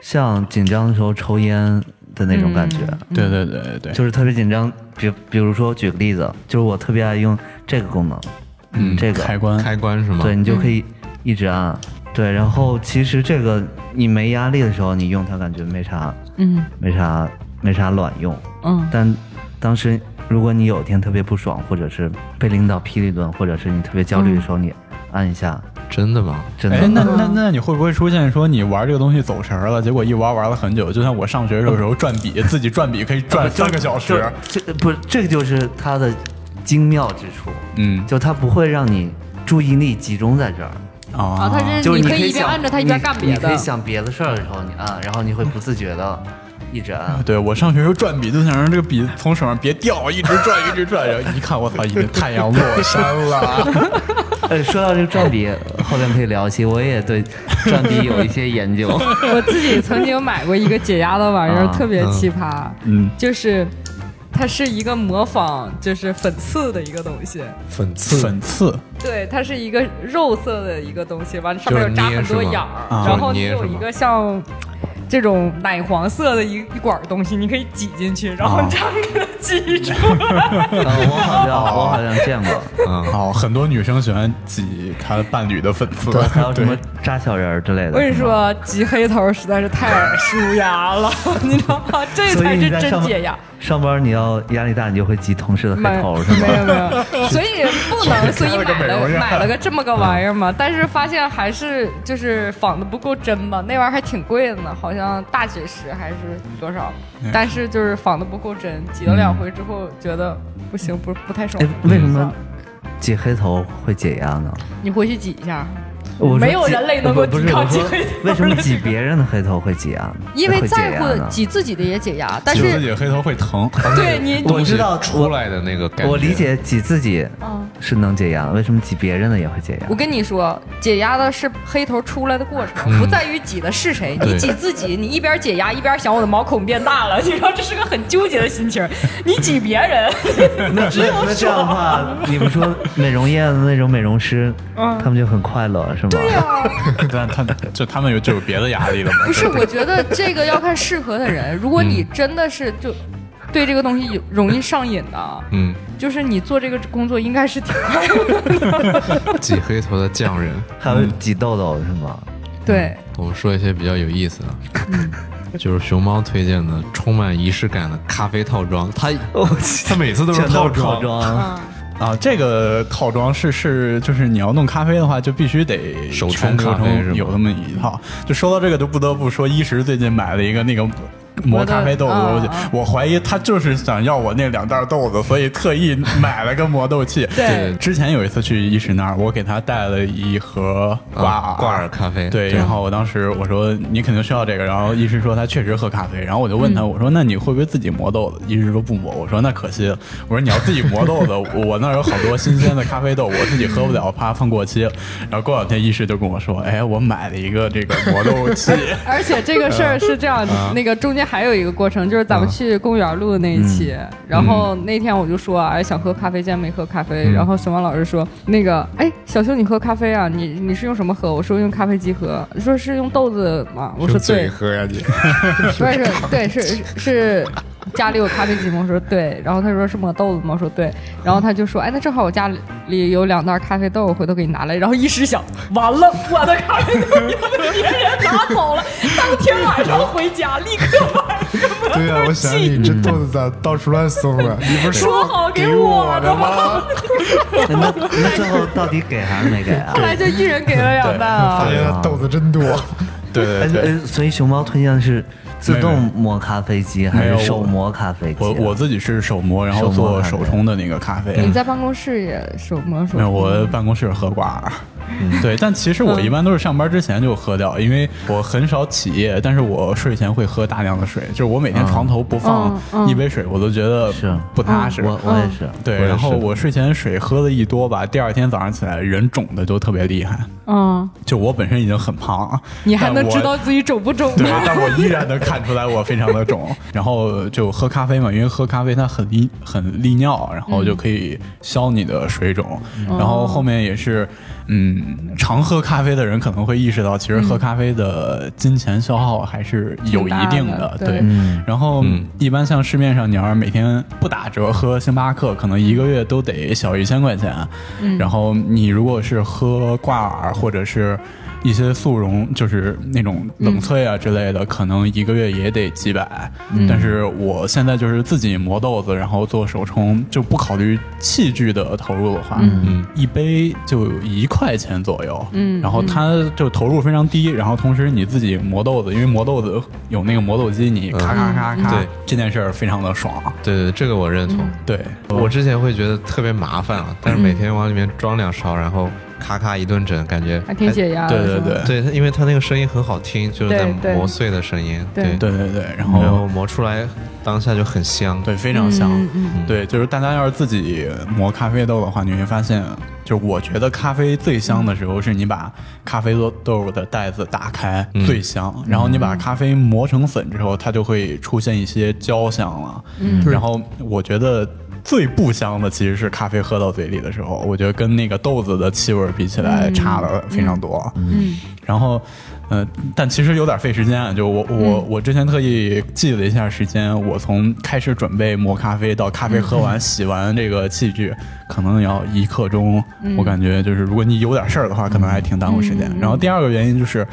Speaker 3: 像紧张的时候抽烟的那种感觉，
Speaker 2: 嗯
Speaker 4: 对对对对对，
Speaker 3: 就是特别紧张。比比如说举个例子，就是我特别爱用这个功能，嗯，这个
Speaker 4: 开关
Speaker 1: 开关是吗？
Speaker 3: 对你就可以一直按。对，然后其实这个你没压力的时候，你用它感觉没啥，
Speaker 2: 嗯
Speaker 3: 没啥，没啥卵用。
Speaker 2: 嗯
Speaker 3: 但当时如果你有一天特别不爽，或者是被领导批了一顿，或者是你特别焦虑的时候，你按一下，
Speaker 1: 真的吗？
Speaker 3: 真
Speaker 4: 哎，
Speaker 3: 的
Speaker 4: 那那那你会不会出现说你玩这个东西走神儿了，结果一玩玩了很久？就像我上学的时候转笔，自己转笔可以转三个小时。
Speaker 3: 这这不是这个就是它的精妙之处，
Speaker 4: 嗯
Speaker 3: 就它不会让你注意力集中在这儿。
Speaker 2: 啊，
Speaker 4: 啊，
Speaker 2: 他这
Speaker 3: 就是
Speaker 2: 你可
Speaker 3: 以
Speaker 2: 以一边
Speaker 3: 想
Speaker 2: 按着它一边
Speaker 3: 你
Speaker 2: 干别
Speaker 3: 你可
Speaker 2: 的
Speaker 3: 以。想别的事儿的时候你按，然后你会不自觉的一直按。
Speaker 4: 对我上学时候转笔就想让这个笔从手上别掉，一直转一直转，然后一看我操，已经太阳落山了。
Speaker 3: 呃，说到这个转笔，后面可以聊一期。我也对转笔有一些研究。
Speaker 2: 我自己曾经买过一个解压的玩意儿，
Speaker 3: 啊
Speaker 2: 特别奇葩，
Speaker 4: 嗯
Speaker 2: 就是它是一个模仿就是粉刺的一个东西，
Speaker 1: 粉刺，
Speaker 4: 粉 刺
Speaker 2: 对，它是一个肉色的一个东西，完了上面
Speaker 1: 就是
Speaker 2: 有扎
Speaker 1: 捏
Speaker 2: 很多
Speaker 1: 是吗
Speaker 2: 眼儿，
Speaker 4: 啊
Speaker 2: 然后
Speaker 1: 就
Speaker 2: 你
Speaker 1: 是捏
Speaker 2: 有
Speaker 1: 是吗
Speaker 2: 一个像。这种奶黄色的一一管儿东西，你可以挤进去，然后
Speaker 4: 啊
Speaker 2: 这样给它挤住。
Speaker 3: 呃，我好像我好像见过，
Speaker 4: 哦，很多女生喜欢挤她伴侣的粉刺
Speaker 3: 对，，还有什么
Speaker 4: 对
Speaker 3: 扎小人儿之类的。
Speaker 2: 我跟你，说，挤黑头实在是太舒压了， 你知道吗？这
Speaker 3: 所
Speaker 2: 才
Speaker 3: 以
Speaker 2: 是
Speaker 3: 你在
Speaker 2: 真
Speaker 3: 上
Speaker 2: 解压
Speaker 3: 班。上班你要压力大，你就会挤同事的黑
Speaker 2: 买
Speaker 3: 头是
Speaker 2: 没有
Speaker 3: 吗？
Speaker 2: 没 有，所以不能，所以
Speaker 4: 开了个
Speaker 2: 买
Speaker 4: 美容
Speaker 2: 了
Speaker 4: 院
Speaker 2: 买了个这么个玩意儿嘛，但是发现还是就是仿的不够真吧，那玩意儿还挺贵的呢，好像大几十还是多少，
Speaker 3: 嗯
Speaker 2: 但是就是仿的不够真，挤了两回之后觉得不行，不不太爽
Speaker 3: 哎。，为什么挤黑头会解压呢？
Speaker 2: 你回去挤一下，
Speaker 3: 我说
Speaker 2: 没有
Speaker 3: 挤
Speaker 2: 人类能够
Speaker 3: 不不是
Speaker 2: 抵抗
Speaker 3: 我说
Speaker 2: 挤黑头
Speaker 3: 为什么挤别人的黑头会解压呢？
Speaker 2: 因为
Speaker 3: 会解
Speaker 2: 在
Speaker 3: 压
Speaker 2: 乎的
Speaker 3: 呢
Speaker 2: 挤自己的也解压，但
Speaker 4: 挤自己
Speaker 2: 是
Speaker 4: 的黑头会疼。
Speaker 2: 对你
Speaker 3: 我知道
Speaker 1: 出来的那个感觉。
Speaker 3: 我理解挤自己
Speaker 2: 嗯
Speaker 3: 是能解压，为什么挤别人的也会解压
Speaker 2: 我？跟你说，解压的是黑头出来的过程，不在于挤的是谁。你
Speaker 1: 对
Speaker 2: 挤自己，你一边解压一边想我的毛孔变大了， 你知道这是个很纠结的心情。你挤别人，
Speaker 3: 那那那这样的话，你们说美容院的那种美容师，他们就很快乐是吗？
Speaker 2: 对啊，
Speaker 4: 但他就他们有就有别的压力了嘛？
Speaker 2: 不是，我觉得这个要看适合的人。如果你真的是就对这个东西有容易上瘾的，
Speaker 1: 嗯，
Speaker 2: 就是你做这个工作应该是挺快乐的。
Speaker 1: 挤黑头的匠人，
Speaker 3: 还有挤痘痘是吗？
Speaker 2: 对，
Speaker 1: 我们说一些比较有意思的，
Speaker 3: 嗯
Speaker 1: 就是熊猫推荐的充满仪式感的咖啡套装，它它每次都是
Speaker 3: 全
Speaker 1: 套
Speaker 3: 都是套装，
Speaker 4: 啊，这个套装是是就是你要弄咖啡的话，就必须得
Speaker 1: 手
Speaker 4: 全
Speaker 1: 冲
Speaker 4: 流
Speaker 1: 咖啡是
Speaker 4: 程
Speaker 1: 吗
Speaker 4: 有那么一套。就说到这个，就不得不说，一石最近买了一个那个磨咖啡豆子
Speaker 2: 磨豆
Speaker 4: 东西
Speaker 2: 啊啊，
Speaker 4: 我怀疑他就是想要我那两袋豆子，所以特意买了个磨豆器。
Speaker 2: 对
Speaker 4: 之前有一次去一石那儿，我给他带了一盒挂耳、
Speaker 1: 啊挂耳咖啡
Speaker 4: 对，
Speaker 1: 对
Speaker 4: 然后我当时我说你肯定需要这个，然后医师说他确实喝咖啡，然后我就问他、我说那你会不会自己磨豆子？医师说不磨，我说那可惜了，我说你要自己磨豆子，我我那儿有好多新鲜的咖啡豆，我自己喝不了，怕放过期了。然后过两天医师就跟我说，哎，我买了一个这个磨豆器，
Speaker 2: 而且这个事儿是这样，
Speaker 4: 啊
Speaker 2: 那个中间还有一个过程，就是咱们去公园录的那一期，
Speaker 4: 嗯
Speaker 2: 然后那天我就说，哎，想喝咖啡，今天没喝咖
Speaker 4: 嗯
Speaker 2: 啡。然后小王老师说，那个，哎，小秀你喝咖啡啊？你你是用什么喝？我说用咖啡机喝。说是用豆子吗？我说对，
Speaker 5: 喝呀 你，
Speaker 2: 不是，是对，是是是家里有咖啡机吗？我说对，然后他说是磨豆子吗？我说对，然后他就说，哎，那正好我家里有两袋咖啡豆，我回头给你拿来。然后 一时想，完了，我的咖啡豆要被别人拿走了，当天晚上回家立刻买。
Speaker 5: 对呀，我想你
Speaker 3: 嗯
Speaker 5: 这豆子咋到处乱松了？你不是
Speaker 2: 说好给我的吗？
Speaker 3: 那那那最后到底给还是没给啊
Speaker 2: 后？来就一人给了两袋啊
Speaker 5: 发。现它豆子真多，
Speaker 4: 对对
Speaker 3: 哎
Speaker 4: 对。
Speaker 3: 哎，所以熊猫推荐的是自动磨咖啡机还
Speaker 4: 没有
Speaker 3: 是手磨咖啡机啊？
Speaker 4: 我我自己是手磨，然后
Speaker 3: 手磨
Speaker 4: 做
Speaker 3: 咖啡
Speaker 4: 手冲的那个咖啡。
Speaker 2: 你在办公室也手磨手
Speaker 4: 没有，我办公室喝挂耳。
Speaker 3: 嗯
Speaker 4: 对，但其实
Speaker 2: 嗯
Speaker 4: 我一般都是上班之前就喝掉，因为我很少起夜，但是我睡前会喝大量的水，就是我每天床头不放
Speaker 2: 嗯嗯
Speaker 4: 一杯水，我都觉得
Speaker 3: 是
Speaker 4: 不踏实。
Speaker 3: 我我也是，
Speaker 4: 对，然后我睡前水喝的一多吧，第二天早上起来人肿的就特别厉害。
Speaker 2: 嗯，
Speaker 4: 就我本身已经很胖了，
Speaker 2: 你还
Speaker 4: 但
Speaker 2: 能
Speaker 4: 我
Speaker 2: 知道自己肿不肿
Speaker 4: 对，
Speaker 2: 吗？
Speaker 4: 但我依然能看出来我非常的肿。然后就喝咖啡嘛，因为喝咖啡它很利很利尿，然后就
Speaker 2: 嗯
Speaker 4: 可以消你的水肿。然后后面也是，嗯，常喝咖啡的人可能会意识到，其实喝咖啡的金钱消耗还是有一定
Speaker 2: 嗯挺大的
Speaker 4: 对
Speaker 2: 对，
Speaker 4: 然后一般像市面上，你要是每天不打折喝星巴克，可能一个月都得小一千块钱。
Speaker 2: 嗯
Speaker 4: 然后你如果是喝挂耳或者是一些速溶，就是那种冷萃啊之类的，可能一个月也得几百。但是我现在就是自己磨豆子，然后做手冲，就不考虑器具的投入的话，
Speaker 3: 嗯
Speaker 4: 一杯就一块钱左右。嗯，然后它就投入非常低，然后同时你自己磨豆子，因为磨豆子有那个磨豆机，你咔咔咔咔，
Speaker 1: 对
Speaker 4: 这件事儿非常的爽。
Speaker 1: 对对，对这个我认
Speaker 3: 嗯
Speaker 1: 同。
Speaker 4: 对，
Speaker 2: 嗯
Speaker 1: 我之前会觉得特别麻烦啊，但是每天往里面装两勺，然后咔咔一顿整，感觉
Speaker 2: 还挺解压的，啊
Speaker 4: 对对
Speaker 2: 是吗
Speaker 1: 对
Speaker 4: 对
Speaker 1: 它，因为它那个声音很好听，就是在
Speaker 2: 对对
Speaker 1: 磨碎的声音，
Speaker 2: 对
Speaker 4: 对对对，然
Speaker 1: 然
Speaker 4: 后
Speaker 1: 后磨出来当下就很香，
Speaker 4: 对非常香。
Speaker 2: 嗯嗯嗯
Speaker 4: 对，就是大家要是自己磨咖啡豆的话，你会发现，就是我觉得咖啡最香的时候是你把咖啡豆豆的袋子打开、最香，然后你把咖啡磨成粉之后，它就会出现一些焦香了。嗯，然后我觉得。最不香的其实是咖啡喝到嘴里的时候，我觉得跟那个豆子的气味儿比起来差的非常多。
Speaker 2: 嗯
Speaker 4: 然后，呃，但其实有点费时间啊。就我我、我之前特意记了一下时间，我从开始准备磨咖啡到咖啡喝完、洗完这个器具，可能要一刻钟。我感觉就是，如果你有点事儿的话，可能还挺耽误时间。然后第二个原因就是。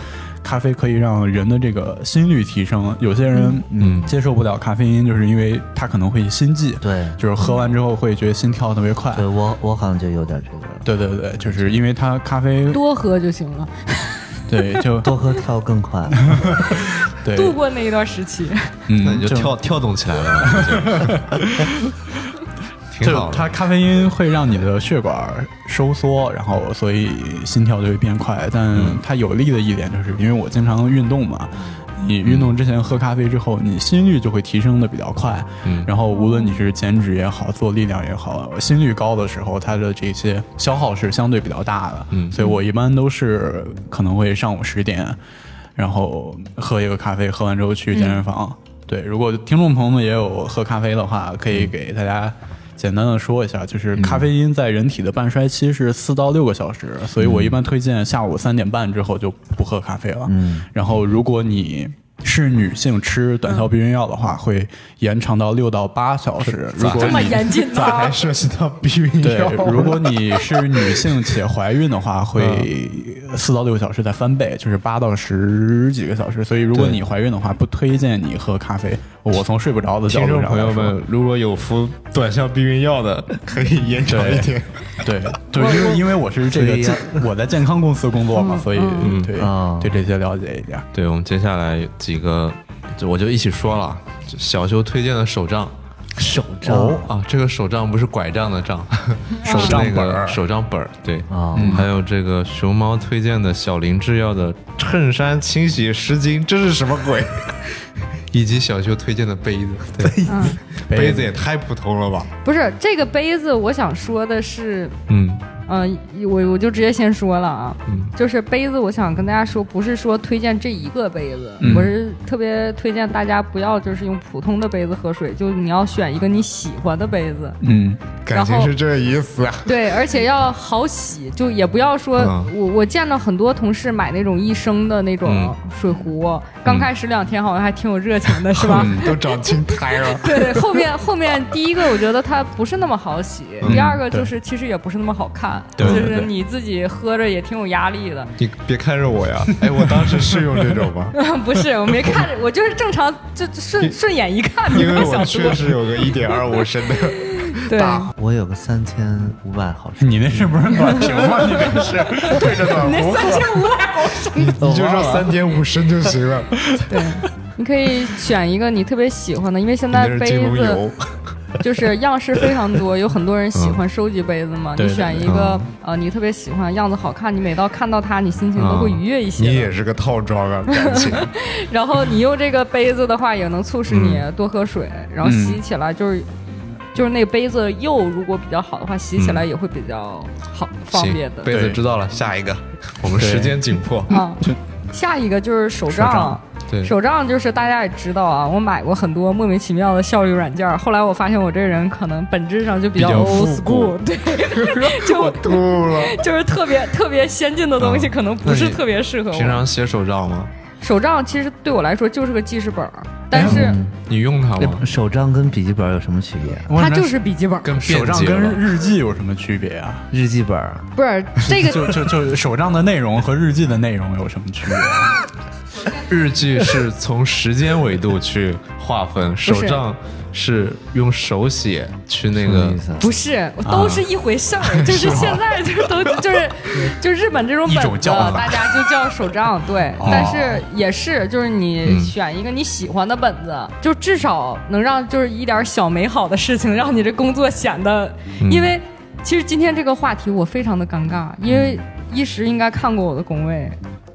Speaker 4: 咖啡可以让人的这个心率提升，有些人嗯接受不了咖啡因，就是因为它可能会心悸，
Speaker 3: 对
Speaker 4: 就是喝完之后会觉得心跳特别快，
Speaker 1: 嗯
Speaker 3: 对我我好像就有点这个了，
Speaker 4: 对对对，就是因为它咖啡
Speaker 2: 多喝就行了，
Speaker 4: 对就
Speaker 3: 多喝跳更快。
Speaker 4: 对
Speaker 2: 度过那一段时期。
Speaker 1: 那
Speaker 4: 嗯
Speaker 1: 你就
Speaker 4: 就
Speaker 1: 跳跳动起来了嘛， 就挺
Speaker 4: 就
Speaker 1: 好的。
Speaker 4: 它咖啡因会让你的血管收缩，然后所以心跳就会变快。但
Speaker 1: 嗯
Speaker 4: 它有利的一点就是，因为我经常运动嘛，你
Speaker 1: 嗯
Speaker 4: 运动之前喝咖啡之后，你心率就会提升的比较快。
Speaker 1: 嗯
Speaker 4: 然后无论你是减脂也好，做力量也好，心率高的时候，它的这些消耗是相对比较大的。
Speaker 1: 嗯
Speaker 4: 所以我一般都是可能会上午十点，然后喝一个咖啡，喝完之后去健身房。对，如果听众朋友们也有喝咖啡的话，可以给大家简单的说一下，就是咖啡因在人体的半衰期是四到六个小时，所以我一般推荐下午三点半之后就不喝咖啡了。嗯，然后如果你是女性吃短效避孕药的话，会延长到六到八小时。如果
Speaker 2: 这么
Speaker 4: 你
Speaker 2: 严谨啊呢？
Speaker 4: 哎
Speaker 5: 还涉及到避孕
Speaker 4: 对
Speaker 5: 药？，
Speaker 4: 如 果你是女性且怀孕的话，会四到六个小时再翻倍，就是八到十几个小时。所以，如果你怀孕的话，不推荐你喝咖啡。我从睡不着的角
Speaker 5: 听
Speaker 4: 度
Speaker 5: 众
Speaker 4: 上来
Speaker 5: 朋友
Speaker 4: 说，
Speaker 5: 们，如果有服短效避孕药的， 可以延长一点。
Speaker 4: 对，对，因为因为我是这
Speaker 3: 所
Speaker 4: 个
Speaker 3: 以
Speaker 4: 健我在健康公司工作嘛，所以对
Speaker 3: 哦
Speaker 4: 对这些了解一点。
Speaker 1: 对，我们接下来几个，就我就一起说了。小修推荐的手杖
Speaker 3: 手杖
Speaker 1: 啊，这个手杖不是拐杖的 杖，手
Speaker 4: 杖
Speaker 1: 那
Speaker 4: 本
Speaker 1: 个
Speaker 4: 儿
Speaker 1: 手杖本儿，对
Speaker 5: 啊
Speaker 3: 哦
Speaker 1: 嗯还有这个熊猫推荐的小林制药的衬衫清洗湿巾，这是什么 鬼？以及小修推荐的杯子，对，
Speaker 5: 嗯杯子也太普通了吧？
Speaker 2: 不是这个杯子，我想说的是，
Speaker 1: 嗯，
Speaker 2: 嗯、我我就直接先说了啊，
Speaker 4: 嗯
Speaker 2: 就是杯子，我想跟大家说，不是说推荐这一个杯子，
Speaker 4: 嗯
Speaker 2: 我是特别推荐大家不要就是用普通的杯子喝水，就你要选一个你喜欢的杯子，
Speaker 4: 嗯，
Speaker 5: 感情是这意思啊？
Speaker 2: 对，而且要好洗，就也不要说，
Speaker 1: 嗯
Speaker 2: 我我见到很多同事买那种一升的那种
Speaker 4: 嗯
Speaker 2: 水壶，刚开始两天好像还挺有热情 的，是吧？
Speaker 4: 嗯
Speaker 1: 嗯
Speaker 5: 都长青苔了。
Speaker 2: 对对，后面后面第一个我觉得它不是那么好洗，第二个就是其实也不是那么好看，
Speaker 4: 嗯对对
Speaker 2: 就是
Speaker 4: 对
Speaker 2: 你自己喝着也挺有压力的。
Speaker 5: 你别看着我呀！哎，我当时是用这种吧，
Speaker 2: 不是，我没看着，我就是正常就就顺顺眼一看，
Speaker 5: 因为
Speaker 2: 没
Speaker 5: 我
Speaker 2: 想
Speaker 5: 确
Speaker 2: 多。
Speaker 5: 实有个一点二五升 的。
Speaker 2: 对，
Speaker 3: 我有个三千五百毫升，
Speaker 4: 你那是不是暖瓶吗？你那
Speaker 5: 是对着暖壶，
Speaker 2: 三千五百毫升。
Speaker 5: 你就说三点五升就行了。
Speaker 2: 对，你可以选一个你特别喜欢的，因为现
Speaker 5: 你那
Speaker 2: 在
Speaker 5: 是
Speaker 2: 杯
Speaker 5: 金龙
Speaker 2: 子
Speaker 5: 油，
Speaker 2: 就是样式非常多，有很多人喜欢收集杯子嘛。
Speaker 4: 对
Speaker 2: 你选一个呃，你特别喜欢，样子好看，你每到看到它，你心情都
Speaker 4: 嗯
Speaker 2: 会愉悦一
Speaker 5: 你
Speaker 2: 些的。
Speaker 5: 也是个套装啊，感 情。
Speaker 2: 然后你用这个杯子的话，也能促使
Speaker 1: 嗯
Speaker 2: 你多喝水，然后洗起来就是。就是那个杯子釉如果比较好的话，洗起来也会比较好、方
Speaker 1: 嗯行
Speaker 2: 便的，。
Speaker 1: 杯子
Speaker 4: 对
Speaker 1: 知道了，下一个，我们
Speaker 4: 对
Speaker 1: 时间紧迫，
Speaker 2: 啊，下一个就是手
Speaker 4: 手
Speaker 2: 账
Speaker 4: 账。
Speaker 1: 对
Speaker 5: 哦
Speaker 2: 手账就是大家也知道啊，我买过很多莫名其妙的效率软件儿，后来我发现我这人可能本质上就比较
Speaker 5: 比较
Speaker 2: old
Speaker 5: 复
Speaker 2: school，
Speaker 5: 古
Speaker 2: 对， 就
Speaker 5: 吐了，
Speaker 2: 就是特别特别先进的东西，
Speaker 1: 嗯
Speaker 2: 可能不
Speaker 1: 那
Speaker 2: 是
Speaker 1: 你
Speaker 2: 特别适合
Speaker 1: 平
Speaker 2: 我。
Speaker 1: 常写手账吗？
Speaker 2: 手账其实对我来说就是个记事本儿，但
Speaker 1: 哎
Speaker 2: 是
Speaker 1: 你用它吗？
Speaker 3: 手账跟笔记本有什么区别？啊
Speaker 2: 它就是笔记本儿，
Speaker 1: 跟便
Speaker 4: 手账
Speaker 1: 捷
Speaker 4: 跟
Speaker 1: 了
Speaker 4: 日记有什么区别啊？
Speaker 3: 日记本儿
Speaker 2: 不是这个
Speaker 4: 就就就手账的内容和日记的内容有什么区别啊？
Speaker 1: 日记是从时间维度去划分，手账是用手写去那
Speaker 3: 什么
Speaker 1: 个
Speaker 3: 意。思啊？
Speaker 2: 不是，都是一回事儿，
Speaker 4: 哎
Speaker 2: 就是现在就是都就是就是日本这种
Speaker 4: 一
Speaker 2: 本
Speaker 4: 种
Speaker 2: 子，
Speaker 4: 叫法
Speaker 2: 大家就叫手账，对。
Speaker 4: 哦
Speaker 2: 但是也是，就是你选一个你喜欢的本子，就至少能让就是一点小美好的事情，让你这工作显得，因为其实今天这个话题我非常的尴尬，因为一时应该看过我的工位。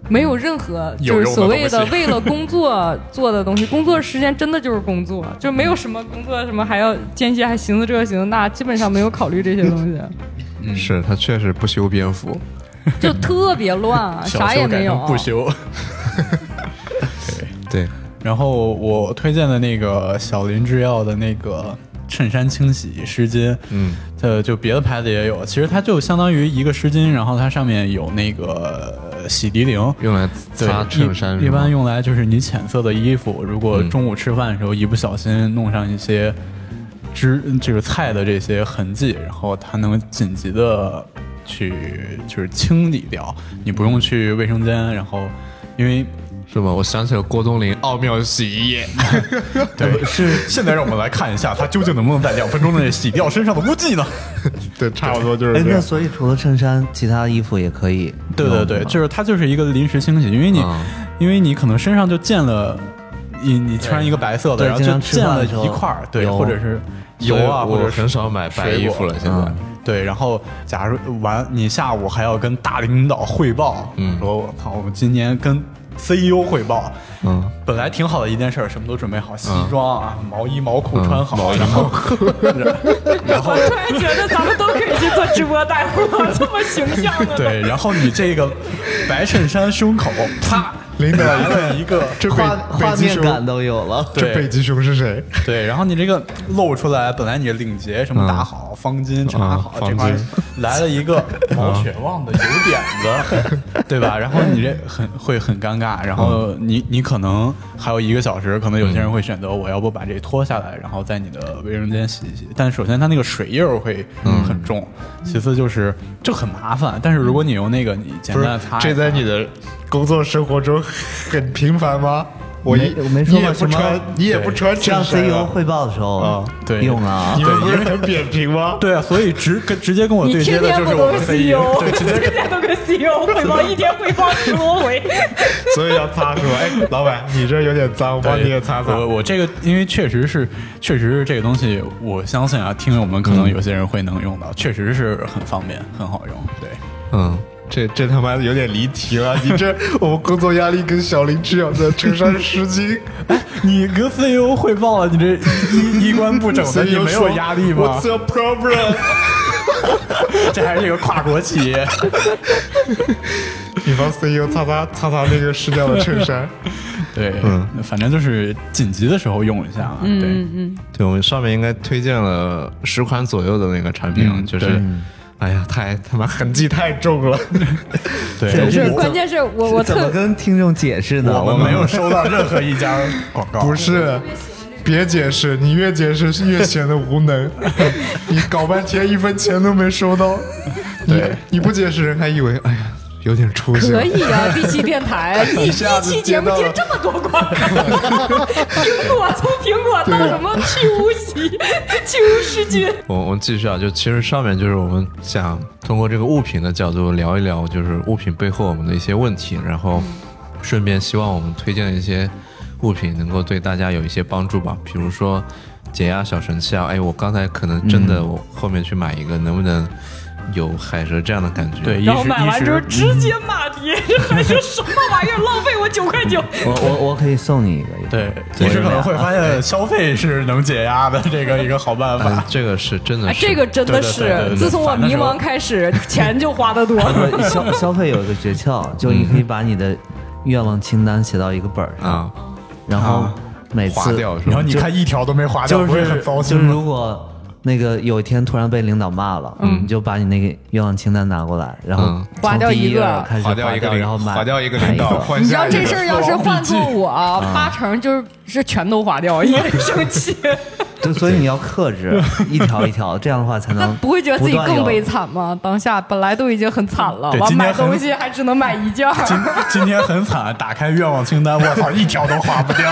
Speaker 2: 没有任何
Speaker 5: 有
Speaker 2: 就是
Speaker 5: 用的
Speaker 2: 所谓的
Speaker 5: 东西
Speaker 2: 为了工作做的东西，工作时间真的就是工作，就没有什么工作什么还要间歇还寻思这个寻思那，基本上没有考虑这些东西，
Speaker 1: 是他确实不修边幅，
Speaker 2: 就特别乱啊，
Speaker 4: 小
Speaker 2: 啥也
Speaker 4: 修改
Speaker 2: 没有
Speaker 4: 成
Speaker 2: 啊。
Speaker 4: 不修。
Speaker 1: 对，
Speaker 4: 然后我推荐的那个小林制药的那个衬衫清洗湿巾，嗯，呃，就别的牌子也有，其实它就相当于一个湿巾，然后它上面有那个呃洗涤灵。
Speaker 1: 用来
Speaker 4: 对
Speaker 1: 擦衬衫
Speaker 4: 一，一
Speaker 1: 是吗
Speaker 4: 般用来就是你浅色的衣服，如果中午吃饭的时候一不小心弄上一些汁，就是菜的这些痕迹，然后它能紧急的去就是清理掉，你不用去卫生间，然后因为
Speaker 1: 是吗？我想起了郭冬临奥妙洗衣液，
Speaker 4: 对，呃是 现在让我们来看一下，它究竟能不能在两分钟内洗掉身上的污迹呢？
Speaker 5: 对，差不多就是
Speaker 3: 哎，
Speaker 5: 这
Speaker 3: 那
Speaker 5: 样。
Speaker 3: 所以除了衬衫，其他衣服也可以。
Speaker 4: 对对对，就是它就是一个临时清洗，因为你、
Speaker 1: 啊
Speaker 4: 因为你可能身上就溅了，你你穿一个白色的，
Speaker 3: 对
Speaker 4: 然后
Speaker 3: 经
Speaker 4: 就
Speaker 3: 常吃
Speaker 4: 溅
Speaker 3: 饭
Speaker 4: 了
Speaker 3: 的时候
Speaker 4: 一块儿，对，
Speaker 3: 油
Speaker 4: 或者是油啊，
Speaker 1: 所
Speaker 4: 或
Speaker 1: 以
Speaker 4: 者
Speaker 1: 我
Speaker 4: 是
Speaker 1: 很少买白衣服了，现在
Speaker 4: 嗯。对，然后假如完，你下午还要跟大领导汇报，
Speaker 1: 嗯
Speaker 4: 说我操，我们今年跟 CEO 汇报，
Speaker 1: 嗯，
Speaker 4: 本来挺好的一件事儿，什么都准备好，西装啊、毛衣、毛裤
Speaker 1: 嗯
Speaker 4: 穿好，然后 然后
Speaker 2: 突然觉得咱们都可以去做直播带 货，这么形象 的。
Speaker 4: 对，然后你这个白衬衫胸口啪
Speaker 1: 领导
Speaker 4: 来了一个
Speaker 1: 这北
Speaker 3: 画画
Speaker 1: 北极
Speaker 3: 面感
Speaker 1: 熊，
Speaker 3: 都有了。
Speaker 1: 这北极熊是谁？
Speaker 4: 对，然后你这个露出来，本来你的领结什么打好、方巾全打好，
Speaker 1: 嗯
Speaker 4: 这
Speaker 1: 方
Speaker 4: 块
Speaker 1: 巾嗯
Speaker 4: 来了一个毛血旺的油点 子，对吧？然后你这很会很尴尬，然
Speaker 1: 嗯
Speaker 4: 后你你可能还有一个小时，可能有些人会选择我要不把这脱下来，然后在你的卫生间洗一洗。但首先它那个水印儿会
Speaker 1: 嗯
Speaker 4: 很重，其次就是这很麻烦。但是如果你用那个你简
Speaker 1: 不
Speaker 4: 单
Speaker 1: 是
Speaker 4: 的擦，一
Speaker 1: 这
Speaker 4: 擦
Speaker 1: 在你的工作生活中很频繁吗？我一
Speaker 3: 没我没说
Speaker 1: 你也
Speaker 3: 过
Speaker 1: 不
Speaker 3: 什么
Speaker 1: 穿，你也不穿衬
Speaker 3: 向
Speaker 1: 衫
Speaker 3: CEO
Speaker 1: 啊，
Speaker 3: E 汇报的时候
Speaker 4: 对
Speaker 3: 用啊
Speaker 1: 你，们不
Speaker 4: 对
Speaker 1: 是
Speaker 4: 因为
Speaker 1: 很扁平 吗？
Speaker 4: 对啊，所以直跟直接跟我对
Speaker 2: 你
Speaker 4: 接
Speaker 2: 天
Speaker 4: 的
Speaker 2: 天
Speaker 4: 就是
Speaker 2: 不
Speaker 4: 我
Speaker 2: 都
Speaker 4: 们
Speaker 2: 是
Speaker 4: CEO，
Speaker 2: CEO，
Speaker 4: 对，直接
Speaker 2: 天天都跟 CEO 汇报，一天汇报十多回。
Speaker 1: 所以要擦是吧？哎，老板，你这有点脏，我帮你也擦擦。
Speaker 4: 我我这个，因为确实是，确实是这个东西，我相信啊，听友们可能有些人会能用到，确实是很方便，很好用。对，
Speaker 1: 嗯，这这他妈有点离题了。你 这我们工作压力跟小林这样的衬衫湿 巾，
Speaker 4: 你跟 CEO 汇报了，你这衣衣冠不整的，
Speaker 1: 所以
Speaker 4: 你没有压力吗
Speaker 1: E What's？your problem？
Speaker 4: 这还是一个跨国企业，
Speaker 1: 你帮 CEO 擦擦擦擦那个湿掉的衬衫。
Speaker 4: 对，反正就是紧急的时候用一下嘛。啊
Speaker 2: 嗯
Speaker 4: 对，
Speaker 5: 对，我们上面应该推荐了十款左右的那个产品啊，
Speaker 4: 嗯
Speaker 5: 就是
Speaker 4: 对，
Speaker 5: 哎呀，太他妈
Speaker 1: 痕迹太重 了，
Speaker 4: 对，
Speaker 3: 这
Speaker 2: 是
Speaker 3: 我
Speaker 2: 关键是我我
Speaker 3: 怎么
Speaker 2: 特
Speaker 3: 跟听众解释呢？
Speaker 4: 我没有收到任何一 家广告，
Speaker 1: 不是？别解释，你越解释越显得无 能。你搞半天一分钱都没收到，
Speaker 4: 对
Speaker 1: 你你不解释，人还以为哎呀有点出息了
Speaker 2: 可。以啊，第七电台一一
Speaker 1: 下子
Speaker 2: 期节目
Speaker 1: 接到
Speaker 2: 接
Speaker 1: 了
Speaker 2: 这么多广告， 苹果从苹果到什么去无锡、去无世界，
Speaker 5: 我我们继续啊，就其实上面就是我们想通过这个物品的角度聊一聊，就是物品背后我们的一些问题，然后顺便希望我们推荐的一些物品能够对大家有一些帮助吧，比如说解压小神器啊，哎，我刚才可能真的我后面去买一个，能不能有海蛇这样的感觉？
Speaker 4: 对，一
Speaker 2: 然后
Speaker 4: 时
Speaker 2: 买
Speaker 4: 一
Speaker 2: 完之后
Speaker 4: 时，
Speaker 2: 直接骂街， 这还是什么玩意儿，浪费我九块九。
Speaker 3: 我我我可以送你一个，
Speaker 4: 对，一时可能会发现消费是能解压的这个一个好办法
Speaker 5: 嗯。，这个是真
Speaker 6: 啊
Speaker 5: 的
Speaker 2: 哎
Speaker 5: 是，
Speaker 2: 这个真的
Speaker 4: 对对对对
Speaker 2: 是，
Speaker 4: 对
Speaker 2: 自从我迷茫开始，钱就花得多。
Speaker 3: 消消费有一个诀窍，就你可以把你的愿望清单写到一个本儿上，
Speaker 5: 啊，
Speaker 3: 然后每
Speaker 5: 划
Speaker 3: 次
Speaker 5: 掉是
Speaker 4: 然后
Speaker 5: 吧？
Speaker 4: 你看一条都没划掉，
Speaker 3: 就
Speaker 4: 不会
Speaker 3: 是
Speaker 4: 很糟
Speaker 3: 就
Speaker 4: 心
Speaker 3: 是
Speaker 4: 吗？
Speaker 3: 如果那个有一天突然被领导骂了，
Speaker 1: 嗯
Speaker 3: 你就把你那个愿望清单拿过来，然后
Speaker 5: 嗯
Speaker 3: 从
Speaker 2: 划掉
Speaker 3: 第
Speaker 2: 一
Speaker 3: 一
Speaker 2: 个
Speaker 3: 页开始
Speaker 1: 划掉一个领，
Speaker 3: 然后买
Speaker 1: 划掉一个
Speaker 3: 买
Speaker 1: 领导，
Speaker 3: 个
Speaker 1: 换
Speaker 2: 你知道
Speaker 1: 下一
Speaker 2: 这
Speaker 1: 个
Speaker 2: 事儿要是换做我，八成就是是全都花掉，也得生气。
Speaker 3: 就所以你要克 制一条一条，这样的话才
Speaker 2: 那
Speaker 3: 能
Speaker 2: 不会觉得自己
Speaker 3: 不断有
Speaker 2: 更悲惨吗？当下本来都已经很惨了，
Speaker 4: 对
Speaker 2: 完
Speaker 4: 今天
Speaker 2: 买
Speaker 4: 很
Speaker 2: 东西还只能买一件儿。
Speaker 4: 今今天很惨，打开愿望清单，我 操，一条都划不掉。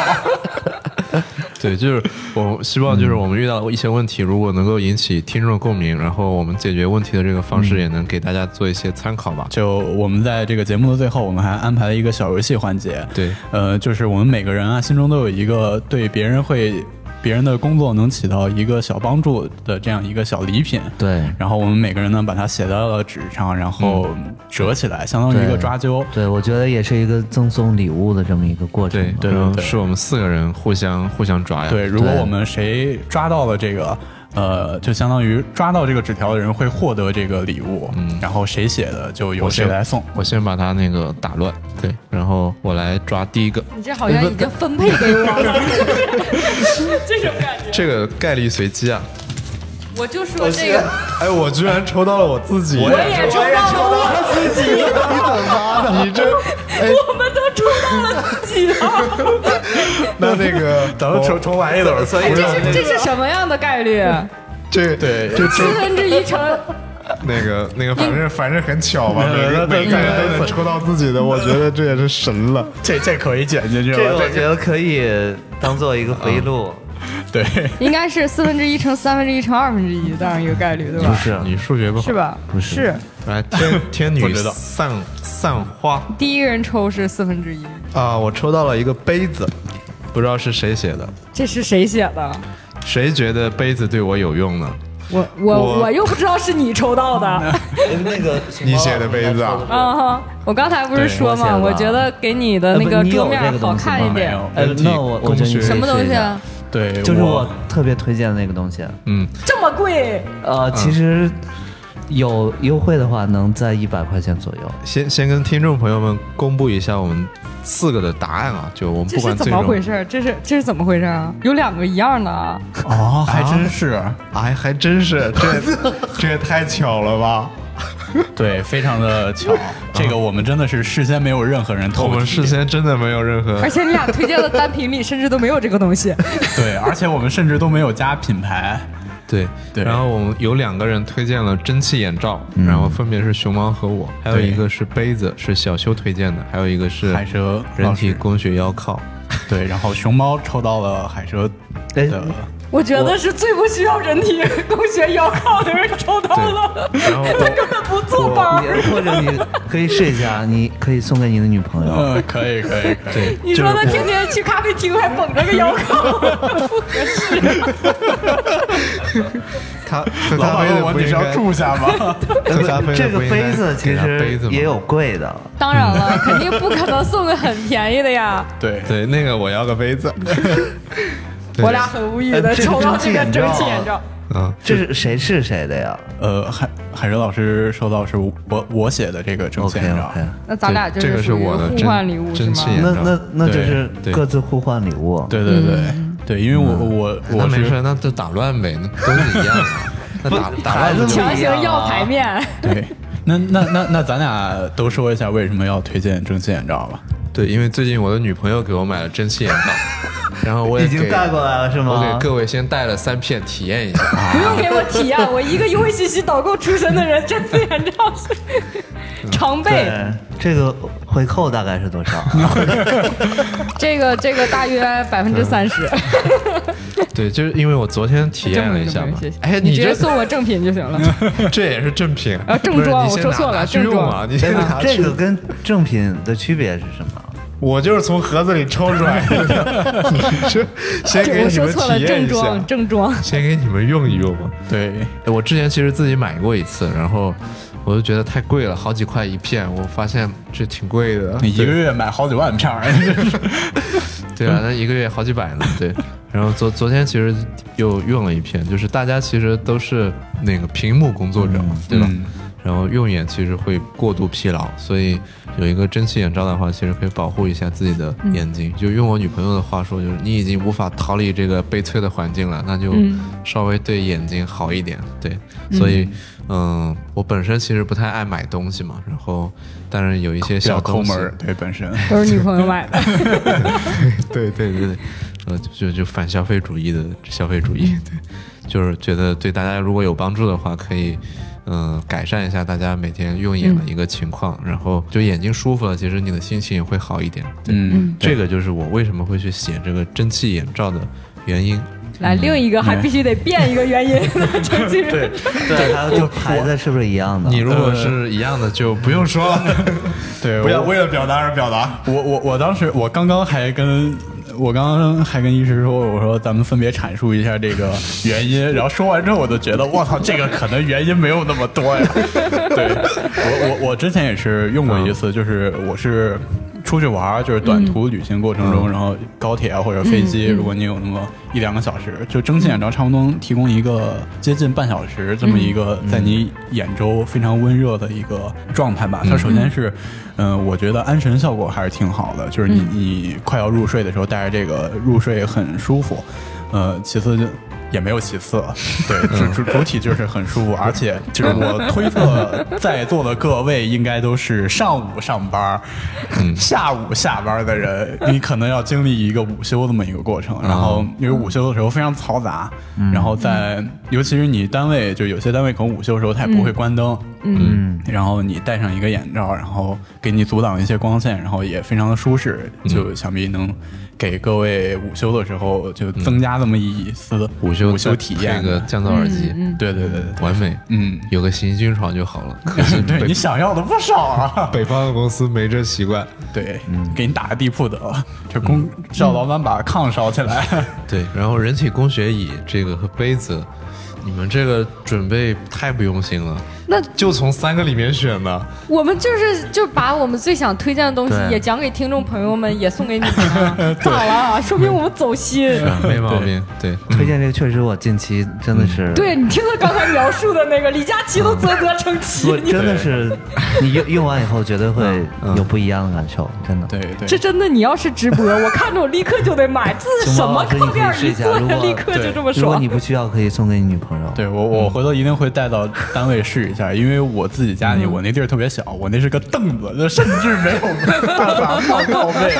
Speaker 5: 对，就是我希望就是我们遇到一些问题，如果能够引起听众的共鸣，然后我们解决问题的这个方式也能给大家做一些参考吧。
Speaker 4: 就我们在这个节目的最后，我们还安排了一个小游戏环节。
Speaker 5: 对
Speaker 4: 呃，就是我们每个人啊，心中都有一个对别人会。别人的工作能起到一个小帮助的这样一个小礼品，
Speaker 3: 对
Speaker 4: 然后我们每个人呢把它写到了纸上，然后折起来，相当于一个
Speaker 3: 对
Speaker 4: 抓阄。
Speaker 3: 对，我觉得也是一个赠送礼物的这么一个过程
Speaker 5: 嗯对
Speaker 3: 嘛。
Speaker 4: 对
Speaker 5: 然后
Speaker 4: 对
Speaker 5: 是我们四个人互相互相抓呀。
Speaker 4: 对，，如果
Speaker 3: 对
Speaker 4: 我们谁抓到了这个，呃，就相当于抓到这个纸条的人会获得这个礼物，然后谁写的就由
Speaker 5: 我
Speaker 4: 谁
Speaker 5: 先
Speaker 4: 来送。
Speaker 5: 我先把它那个打乱，对，然后我来抓第一个，
Speaker 2: 你这好像已经分配给我了，这种感觉。
Speaker 5: 这个概率随机啊。
Speaker 2: 我就说这个，
Speaker 1: 哎，我居然抽到了我自己，
Speaker 2: 我也抽到了我自己，
Speaker 1: 你 这哎
Speaker 2: 我们都抽到了自己了。
Speaker 1: 那那个，哦
Speaker 4: 等重重来一轮，所以
Speaker 2: 哎这是这是什么样的概率？
Speaker 1: 这
Speaker 4: 对
Speaker 1: 这
Speaker 2: 四分之一乘
Speaker 1: 那个那个，反正反正很巧吧，每
Speaker 4: 对对
Speaker 1: 个
Speaker 4: 对
Speaker 1: 每个人都能抽到自己的，我觉得这也是神了。
Speaker 4: 这这可以剪进去
Speaker 3: 这个
Speaker 4: 了。
Speaker 3: 我觉得可以当做一个回忆录，
Speaker 4: 对，
Speaker 2: 应该是四分之一乘三分之一乘二分之一这样一个概率，对吧？
Speaker 3: 是
Speaker 5: 你数学不好，
Speaker 2: 是？吧？
Speaker 3: 不是
Speaker 5: 来， 天天
Speaker 4: 不
Speaker 5: 女
Speaker 4: 知道
Speaker 5: 散散花
Speaker 2: 第一个人抽是四分之一，
Speaker 5: 啊，我抽到了一个杯子，不知道是谁写的，
Speaker 2: 这是谁写的？
Speaker 5: 谁觉得杯子对我有用呢？
Speaker 2: 我我
Speaker 5: 我
Speaker 2: 我又不知道是你抽到的啊
Speaker 3: 哎那个
Speaker 1: 嗯你写的杯子啊
Speaker 2: 哈！我刚才不是说
Speaker 3: 对我写
Speaker 2: 吗？
Speaker 3: 的
Speaker 2: 我觉得给你的那
Speaker 3: 呃
Speaker 2: 个
Speaker 3: 不你有
Speaker 2: 桌面
Speaker 3: 这
Speaker 2: 好
Speaker 3: 个东西吗
Speaker 2: 看一
Speaker 4: 没
Speaker 2: 点。
Speaker 4: 有，
Speaker 3: 呃，那我我觉得你可以
Speaker 2: 什么东
Speaker 3: 试
Speaker 2: 西
Speaker 3: 一下
Speaker 2: 啊？
Speaker 4: 对，
Speaker 3: 就是我特别推荐的那个东西。
Speaker 5: 嗯，
Speaker 2: 这么贵？
Speaker 3: 呃，其实有优惠的话，能在一百块钱左右。
Speaker 1: 先先跟听众朋友们公布一下我们四个的答案啊，就我们
Speaker 2: 这
Speaker 1: 不
Speaker 2: 是
Speaker 1: 管
Speaker 2: 怎
Speaker 1: 最
Speaker 2: 么
Speaker 1: 终
Speaker 2: 回事儿？这是这是怎么回事儿啊？有两个一样的啊！
Speaker 4: 哦，还真是，
Speaker 1: 哎，还真是这 这也太巧了吧！
Speaker 4: 对，非常的巧。这个我们真的是事先没有任何人透
Speaker 1: 我
Speaker 4: 露，
Speaker 1: 们事先真的没有任何
Speaker 2: 而且你俩推荐的单品里甚至都没有这个东西。
Speaker 4: 对，而且我们甚至都没有加品牌。
Speaker 1: 对
Speaker 4: 对
Speaker 1: 然后我们有两个人推荐了蒸汽眼罩，然后分别是熊猫和我，还有
Speaker 4: 对
Speaker 1: 一个是杯子，是小修推荐的，还有一个是
Speaker 4: 海蛇
Speaker 1: 人
Speaker 4: 老
Speaker 1: 体
Speaker 4: 师
Speaker 1: 工学腰靠。
Speaker 4: 对，然后熊猫抽到了海蛇
Speaker 3: 哎，
Speaker 4: 的，
Speaker 2: 我觉得是最不需要人体 工学腰靠的人抽到了，
Speaker 1: 然后
Speaker 2: 他根本不坐班儿。
Speaker 3: 你或者你可以试一下，你可以送给你的女朋友。
Speaker 4: 嗯，可以，可以，可以。
Speaker 1: 对，
Speaker 2: 你说他天天去咖啡厅还绷着个腰靠，不合适。
Speaker 1: 他喝
Speaker 4: 老
Speaker 1: 咖啡
Speaker 4: 板问
Speaker 1: 的
Speaker 4: 我
Speaker 1: 不
Speaker 4: 你
Speaker 1: 应
Speaker 4: 是要
Speaker 1: 该，
Speaker 4: 住下吗？
Speaker 1: 喝咖啡的
Speaker 3: 呃这个
Speaker 1: 不应该
Speaker 3: 杯子其
Speaker 1: 给他杯
Speaker 3: 实
Speaker 1: 子吗
Speaker 3: 也有贵的，
Speaker 2: 当然了，肯定不可能送个很便宜的呀。
Speaker 4: 对，
Speaker 1: 对那个我要个杯子。对
Speaker 2: 我俩很无语的
Speaker 3: 哎这个
Speaker 2: 抽到
Speaker 3: 蒸汽
Speaker 2: 这个
Speaker 3: 眼
Speaker 2: 蒸
Speaker 3: 罩
Speaker 2: 汽
Speaker 3: 啊
Speaker 2: 眼罩，
Speaker 1: 嗯，
Speaker 3: 这是谁是谁的呀
Speaker 4: 呃，海海蛇老师收到是我我写的这个证
Speaker 3: ？OK
Speaker 4: 件，你知道
Speaker 3: OK，
Speaker 2: 那咱俩就
Speaker 1: 这个是
Speaker 2: 属于
Speaker 1: 我的
Speaker 2: 互
Speaker 1: 真
Speaker 2: 换礼物是
Speaker 1: 真
Speaker 2: 吗
Speaker 1: 气？眼
Speaker 3: 那
Speaker 1: 罩
Speaker 3: 那那就
Speaker 4: 对
Speaker 3: 是
Speaker 1: 对
Speaker 3: 各自互换礼物。
Speaker 4: 对对对对，因为我我
Speaker 1: 那
Speaker 4: 我
Speaker 1: 没
Speaker 4: 是
Speaker 1: 事，那就打乱呗，那都是一样的。那打打
Speaker 3: 孩
Speaker 1: 乱
Speaker 3: 子
Speaker 1: 了就
Speaker 3: 不
Speaker 2: 强
Speaker 3: 一
Speaker 2: 行
Speaker 3: 样
Speaker 2: 要
Speaker 3: 啊
Speaker 2: 牌面，
Speaker 4: 对。那那那那咱俩都说一下为什么要推荐蒸汽眼罩吧？
Speaker 1: 对，因为最近我的女朋友给我买了蒸汽眼 罩，然后我也
Speaker 3: 已经
Speaker 1: 给
Speaker 3: 带过来了是吗
Speaker 1: 我给各位先带了三片体验一下。
Speaker 2: 不用给我体
Speaker 6: 啊
Speaker 2: 验，我一个优惠信息导购出身的人，蒸汽眼罩是常备。
Speaker 3: 对，哎
Speaker 1: 嗯
Speaker 3: 这个回扣大概是多 少啊？
Speaker 2: 这个这个大约百分之三十，
Speaker 1: 对，就是因为我昨天体验了一下 嘛
Speaker 2: 谢谢。。
Speaker 1: 哎，
Speaker 2: 你直接
Speaker 1: 这
Speaker 2: 送我正品就行了。
Speaker 1: 这也是正品
Speaker 2: 啊正装
Speaker 1: 不是你先
Speaker 2: 我说错了
Speaker 1: 拿拿去用啊，你
Speaker 3: 哎
Speaker 1: 先拿
Speaker 3: 这
Speaker 1: 去
Speaker 3: 个。跟正品的区别是什么？
Speaker 1: 我就是从盒子里抽出来 的，你 这先
Speaker 2: 这
Speaker 1: 给
Speaker 2: 我
Speaker 1: 你
Speaker 2: 说
Speaker 1: 们
Speaker 2: 错
Speaker 1: 体
Speaker 2: 了，
Speaker 1: 验
Speaker 2: 正
Speaker 1: 一下
Speaker 2: 装，正装。
Speaker 1: 先给你们用一用嘛。哎
Speaker 4: 对，
Speaker 1: 我之前其实自己买过一次，然后我就觉得太贵了，好几块一片，我发现这挺贵的，
Speaker 4: 你一个
Speaker 1: 对
Speaker 4: 月买好几万片儿，真是
Speaker 1: 对啊，那一个月好几百呢，对。然后昨昨天其实又用了一片，就是大家其实都是那个屏幕工作者嘛，对吧？
Speaker 4: 嗯
Speaker 1: 然后用眼其实会过度疲劳，所以有一个蒸汽眼罩的话，其实可以保护一下自己的眼睛。就用我女朋友的话说，就是你已经无法逃离这个悲催的环境了，那就稍微对眼睛好一点。对，所以嗯，我本身其实不太爱买东西嘛，然后但是有一些
Speaker 4: 比
Speaker 1: 小
Speaker 4: 较抠
Speaker 1: 东西
Speaker 4: 门，儿，对本身。
Speaker 2: 都是女 朋友买的，
Speaker 1: 对对对对，呃，就就反消费主义的消费主义，对，就是觉得对大家如果有帮助的话，可以，嗯、改善一下大家每天用眼的一个情况，然后就眼睛舒服了，其实你的心情也会好一点。对，
Speaker 4: 嗯，
Speaker 1: 这个就是我为什么会去写这个蒸汽眼罩的原因。
Speaker 2: 来另一个还必须得变一个原因的蒸汽。对，
Speaker 3: 对，还有就是牌子是不是一样的？
Speaker 1: 你如果是呃一样的，就不用说 了。
Speaker 4: 对，
Speaker 5: 不要
Speaker 4: 我
Speaker 5: 为了表达而表达。
Speaker 4: 我我我当时我刚刚还跟我刚刚还跟医师说，我说咱们分别阐述一下这个原因，然后说完之后我就觉得，我操，这个可能原因没有那么多呀。 对我我我之前也是用过一次，就是我是出去玩儿，就是短途旅行过程中，然后高铁啊或者飞机，如果你有那么一两个小时，就蒸汽眼罩差不多能提供一个接近半小时这么一个在你眼周非常温热的一个状态吧。它首先是，嗯、我觉得安神效果还是挺好的，就是你你快要入睡的时候戴着这个入睡很舒服。呃，其次就。也没有其次了，对主主主体就是很舒服，而且就是我推测在座的各位应该都是上午上班，下午下班的人，你可能要经历一个午休这么一个过程，然后因为午休的时候非常嘈杂，然后在尤其是你单位，就有些单位可能午休的时候它也不会关灯，嗯，然后你戴上一个眼罩，然后给你阻挡一些光线，然后也非常的舒适，就想必能给各位午休的时候就增加这么一丝
Speaker 1: 午休
Speaker 4: 午休体验
Speaker 1: 那个
Speaker 4: 的，
Speaker 1: 降噪耳机，
Speaker 4: 对对对对对，
Speaker 1: 完美。
Speaker 4: 嗯，
Speaker 1: 有个行军床就好了。可 是
Speaker 4: 对
Speaker 1: 北
Speaker 4: 你想要的不少啊，
Speaker 1: 北方的公司没这习惯。
Speaker 4: 对，嗯给你打个地铺得啊了，就公叫老板把炕烧起来。
Speaker 1: 对，然后人体工学椅这个和杯子，你们这个准备太不用心了。
Speaker 6: 那
Speaker 1: 就从三个里面选的。
Speaker 6: 我们就是就把我们最想推荐的东西
Speaker 3: 对
Speaker 6: 也讲给听众朋友们，也送给你们 啊，咋了啊？说明我们走心。
Speaker 5: 没毛病，对，
Speaker 3: 推荐这个确实我近期真的是，
Speaker 6: 对你听他刚才描述的那个，李佳琦都啧啧称奇
Speaker 3: 我，
Speaker 6: 你
Speaker 3: 真的是你用用完以后绝对会有不一样的感受，真的。
Speaker 4: 对对，
Speaker 6: 这真的，你要是直播，我看着我立刻就得买，这是什么靠垫儿一坐下立刻就这么
Speaker 3: 如果
Speaker 6: 爽
Speaker 3: 你。不需要，可以送给你女朋友。
Speaker 4: 对我，我回头一定会带到单位试一下，因为我自己家里，我那地儿特别小，我那是个凳子，那甚至没有 办法放靠背。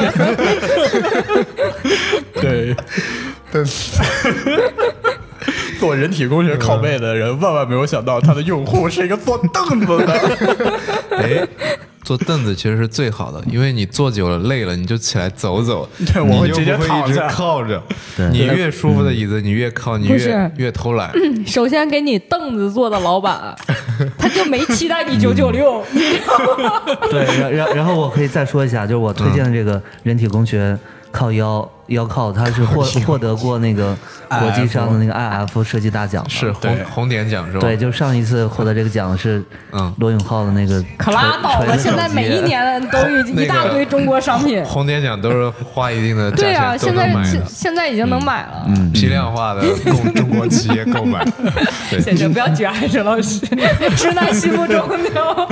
Speaker 4: 对，
Speaker 1: 但
Speaker 4: 做人体工学靠背的人，万万没有想到他的用户是一个坐凳子的。
Speaker 5: 哎，坐凳子其实是最好的，因为你坐久了累了，你就起来走走，
Speaker 4: 对我
Speaker 5: 你
Speaker 4: 会
Speaker 5: 又
Speaker 4: 直接
Speaker 5: 不会
Speaker 4: 躺
Speaker 5: 一直
Speaker 4: 下
Speaker 5: 靠着。你越舒服的椅子，你越靠，你
Speaker 6: 不
Speaker 5: 越
Speaker 6: 是
Speaker 5: 越偷懒。
Speaker 6: 首先给你凳子坐的老 板，他就没期待你九九六，
Speaker 5: 嗯
Speaker 6: 你知道吗？
Speaker 3: 对，然然然后我可以再说一下，就是我推荐的这个人体工学靠腰腰靠，它是获获得过那个国际上的那个 IF 设计大奖的。
Speaker 5: 是红
Speaker 4: 对
Speaker 5: 红点奖是吧？
Speaker 3: 嗯对，就上一次获得这个奖是
Speaker 5: 嗯
Speaker 3: 罗永浩的那个，
Speaker 6: 可拉倒吧！
Speaker 3: 锤子
Speaker 6: 现在
Speaker 3: 手机
Speaker 6: 每一年都有 一大堆中国商品。
Speaker 5: 红点奖都是花一定的
Speaker 6: 对
Speaker 5: 价
Speaker 6: 啊，现
Speaker 5: 钱都能
Speaker 6: 在
Speaker 5: 买
Speaker 6: 现
Speaker 5: 的，嗯
Speaker 6: 现在已经能买了。
Speaker 3: 嗯
Speaker 5: 批量化的供中国企业购买。对，
Speaker 6: 行行，不要举海神老师，直男心目中的。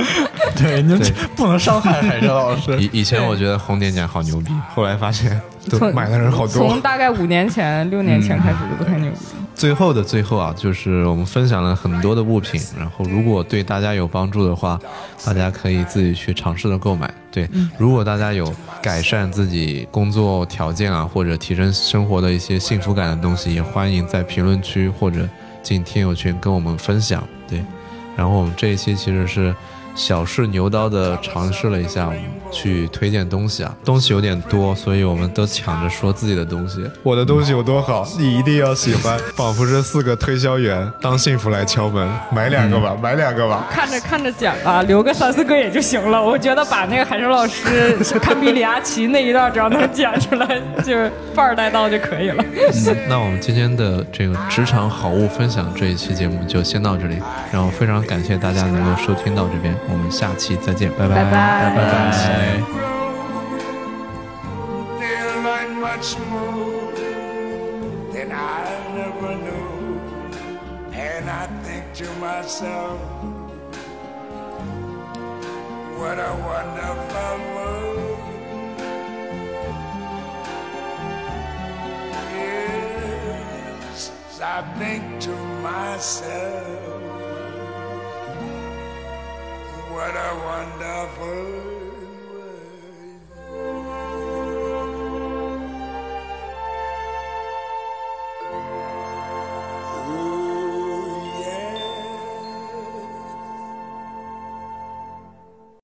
Speaker 4: 对，你们不能伤害海哲老师。
Speaker 5: 以以前我觉得红点奖好牛逼，后来发现都买的人好多
Speaker 6: 从。大概五年前、六年
Speaker 5: 嗯
Speaker 6: 前开始就不太牛逼。
Speaker 5: 最后的最后啊，就是我们分享了很多的物品，然后如果对大家有帮助的话，大家可以自己去尝试的购买。对，如果大家有改善自己工作条件啊，或者提升生活的一些幸福感的东西，也欢迎在评论区或者进听友群跟我们分享。对，然后我们这一期其实是小试牛刀的尝试了一下，我们去推荐东西啊，东西有点多，所以我们都抢着说自己的东西。
Speaker 1: 我的东西有多好，你一定要喜欢，仿佛是四个推销员当幸福来敲门，买两个吧，买两个吧。
Speaker 6: 看着看着讲啊，留个三四个也就行了。我觉得把那个海生老师 堪比里亚奇那一段，只要能讲出来，就是范儿带到就可以了。
Speaker 5: 那我们今天的这个职场好物分享这一期节目就先到这里，然后非常感谢大家能够收听到这边，我们下期再见，拜拜
Speaker 6: 拜
Speaker 4: 哎。
Speaker 6: 拜
Speaker 7: They'll learn much more than I never knew. And I think to myself, what a wonderful world. Yes, I think to myself, what a wonderful